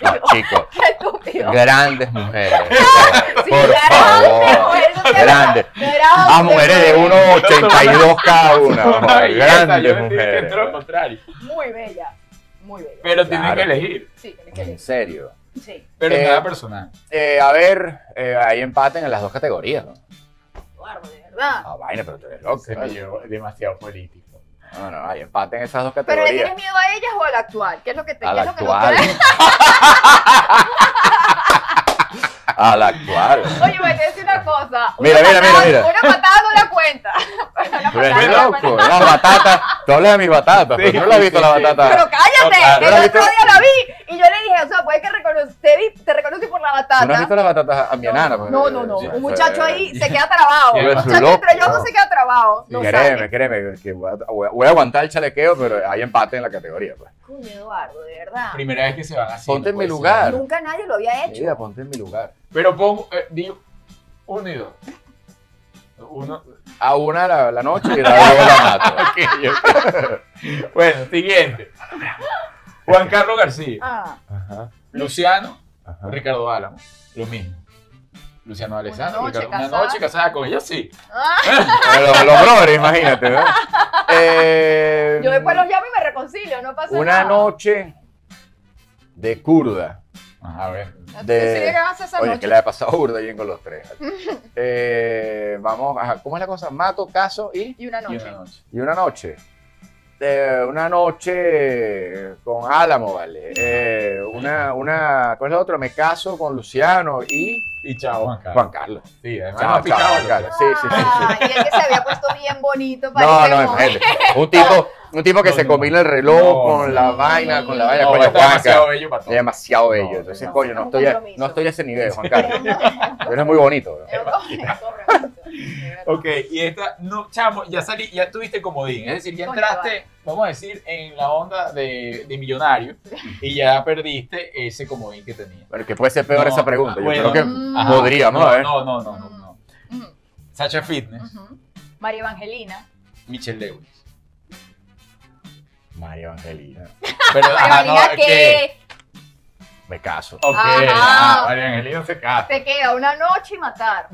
C: No, chicos,
B: Qué estúpido.
C: grandes mujeres.
B: Sí,
C: Por
B: grande,
C: favor.
B: mujer, eso sí era-
C: Grande.
B: grande,
C: A mujeres de
B: mujer.
C: 1,82 cada una.
A: Una
C: joder,
A: belleza, yo
C: Grandes
A: decía que entró al
C: mujeres.
A: contrario.
B: Muy bella. Muy bella.
A: Pero tienen
C: Claro.
A: que elegir.
B: Sí, tienes que
C: En
B: elegir.
C: serio.
B: Sí.
A: Pero
C: Eh,
A: nada personal.
C: Eh, a ver, eh, ahí empaten en las dos categorías. ¿no?
B: Eduardo, de verdad.
C: Ah, vaina, pero tú eres loco.
A: Se me llevó demasiado político.
C: No, no, ahí empaten esas dos
B: ¿Pero le tienes
C: categorías.
B: miedo a ellas o al actual? ¿Qué es lo que te
C: A
B: qué
C: la
B: es lo que no
C: actual.
B: te-
C: A la actual.
B: Oye, voy a decir una cosa.
C: Mira,
B: una
C: mira,
B: patada,
C: mira, mira.
B: Una patada no la cuenta. Una
C: Tú eres
B: patada no la
C: loco.
B: cuenta.
C: Las batatas. Tú hablas de mis batatas, pero
A: Sí,
C: tú no las has visto
A: sí,
C: la
A: sí.
C: batata.
B: Pero cállate,
C: ah,
A: No, claro.
B: el otro día la vi y yo le dije, o sea, puede que reconoz- te, vi- te reconoce por la
C: ¿Tú no has
B: batata.
C: visto las batatas a mi enana? pues? eh,
B: No, no, no.
C: Sí,
B: Un
C: fue-
B: muchacho ahí se queda trabado.
A: Sí,
B: Un
A: es
B: muchacho
C: loco,
B: entre yo
C: ¿no?
B: no se queda trabado. No
C: créeme,
B: sabe.
C: créeme, que voy a, voy a- voy a aguantar el chalequeo, pero hay empate en la categoría. Pues.
B: Coño, Eduardo, de verdad.
A: Primera vez que se van así.
C: Ponte en mi
A: puede ser.
C: lugar. Claro.
B: Nunca nadie lo había hecho.
C: Mira, ponte en mi lugar.
A: Pero pongo, eh, digo, uno y dos. Uno.
C: A una la, la noche y la otra la mato.
A: Bueno, siguiente. Juan Carlos García.
B: Ah,
C: Ajá,
A: Luciano.
C: ajá.
A: Ricardo Álamo. Lo mismo. Luciano Alessandro.
B: noche
A: Ricardo- Una
B: casada.
A: noche casada con ella, sí.
C: Pero Los, los brothers, imagínate, ¿no? Eh,
B: yo después los llamo y me reconcilio, no pasa
C: Una
B: nada.
C: noche de curda.
A: Ajá, Ah, a ver.
C: de-
B: ¿Tú sí llegas a esa
C: Oye,
B: noche?
C: que le ha pasado burda bien con los tres. Eh, vamos, ajá, ¿cómo es la cosa? Mato, caso y...
B: Y una
A: Y
B: noche.
A: una noche.
C: Y una noche. Eh, una noche con Álamo, ¿vale? Eh, una, una, ¿cuál es la otra? Me caso con Luciano y
A: Y chao, Juan Carlos.
C: Juan Carlos.
A: Sí, además.
C: Chao,
A: no ha
C: chao,
A: picado
C: Juan
A: los
C: Carlos.
A: otros.
C: Sí, sí, sí, sí.
B: Ah, y el que se había puesto bien bonito para
C: No, no, imagínate. Un tipo, un tipo que
A: No,
C: se
A: no,
C: combina el
A: no,
C: reloj con
A: no,
C: la
B: no,
C: vaina,
B: no,
C: con la
B: no,
C: vaina,
A: No,
C: coño,
A: está
C: pues, Juan
A: demasiado
C: Carlos.
A: bello para
C: Es
A: todos.
C: demasiado bello.
A: No,
C: Entonces,
B: no,
C: coño, no
B: no,
C: estoy, a,
B: compromiso.
C: no estoy a ese nivel, Juan Carlos. Tú eres muy bonito. ¿no?
A: Ok, y esta, no, chamo, ya salí, ya tuviste el comodín, es decir, ya
B: Coño,
A: entraste, vamos a decir, en la onda de, de millonario y ya perdiste ese comodín que tenías.
C: Pero que puede ser peor
A: No,
C: esa pregunta. Yo
A: bueno,
C: creo que
B: mm,
A: Ajá,
C: podría, ¿no?
A: no,
C: A ver.
A: no, no, no, no, no. Sacha Fitness,
B: María Evangelina.
A: Michelle Lewis.
C: María Evangelina,
A: Pero,
C: Ah,
B: María Evangelina
A: es
B: que
C: me caso.
A: Ok,
B: Ajá.
A: ah, María Angelina se casa.
B: se queda una noche y matar.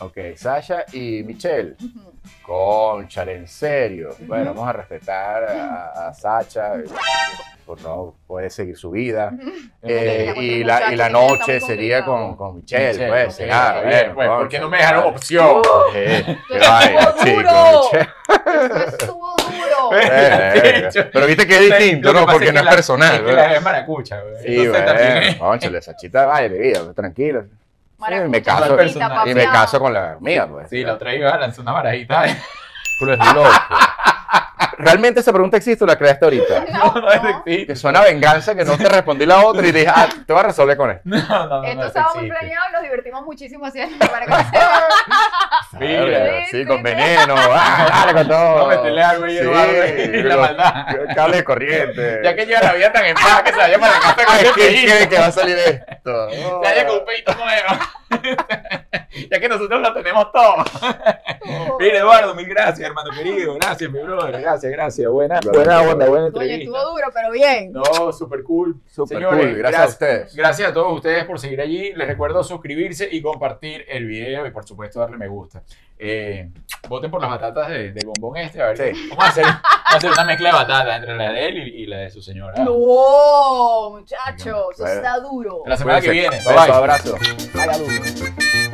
C: Ok, Sasha y Michelle.
B: Ujú.
C: Conchale, en serio. Bueno,
B: Ujú.
C: vamos a respetar a, a Sacha, eh, por no puede seguir su vida. Eh,
B: Porque
C: y,
B: la
C: la, y
B: muchacha
C: la
B: está muy
C: noche sería con,
B: complicado.
C: con Michelle,
A: Michelle,
C: pues,
A: ok,
C: cenar,
A: está
C: bueno,
A: bien, pues, ¿por qué
C: concha,
A: no me dejaron
C: vale.
A: opción?
C: Eh, qué
B: Entonces,
C: vaina,
B: estuvo
C: chico,
B: duro.
C: Michelle.
B: Eso estuvo duro.
C: Eh, verga. Pero viste que es distinto,
A: Lo que
C: ¿no?
A: pasa
C: Porque no
A: que
C: es
A: la- Es
C: personal,
A: que
C: ¿verdad?
A: la es maracucha, güey.
C: Sí,
A: Entonces también
C: bueno,
A: es-
C: conchale, Sachita, vaya, bebida, tranquila.
B: Maracucha,
C: Eh, me caso.
B: chiquita,
C: Y me
B: papiada.
C: caso con la mía, pues.
A: Sí, la otra iba a lanzar una barajita.
C: Tú eres loco. ¿Realmente esa pregunta existe o la creaste ahorita?
B: No, no.
C: Que suena a venganza que no te respondí la otra y dije, ah, te voy a resolver con esto.
A: No, no, no, no,
B: Esto
A: eso
B: estaba muy
A: existe.
B: planeado y nos divertimos muchísimo haciendo el maracucha.
A: Mira.
C: Ah, Sí, con veneno, ah, dale con todo.
A: No, metele algo ahí,
C: Sí,
A: Eduardo, y la
C: lo-
A: maldad.
C: Cable de corriente.
A: Ya que lleva la vida tan en paz que se vaya para la casa con
C: Ay,
A: el
C: ¿qué
A: pellizco.
C: cree que va a salir esto?
A: Se vaya con un peito nuevo. ya que nosotros lo tenemos todo. Mira, Eduardo, mil gracias, hermano querido. Gracias, mi brother. Gracias, gracias. Buena, buena onda, buena
B: Coño, estuvo
A: entrevista.
B: duro, pero bien.
A: No, super cool.
C: Super
A: Señores,
C: cool, gracias a ustedes.
A: Gracias a todos ustedes por seguir allí. Les recuerdo suscribirse y compartir el video y por supuesto darle me gusta. Eh, voten por las batatas de, del bombón este. A ver,
C: Sí.
A: vamos, a hacer, vamos a hacer una mezcla de batatas entre la de él y, y la de su señora.
B: No, muchachos, eso
C: Bueno.
B: está duro.
A: La semana que
C: Cuídense.
A: viene.
C: Beso, abrazo.
A: Vaya duro.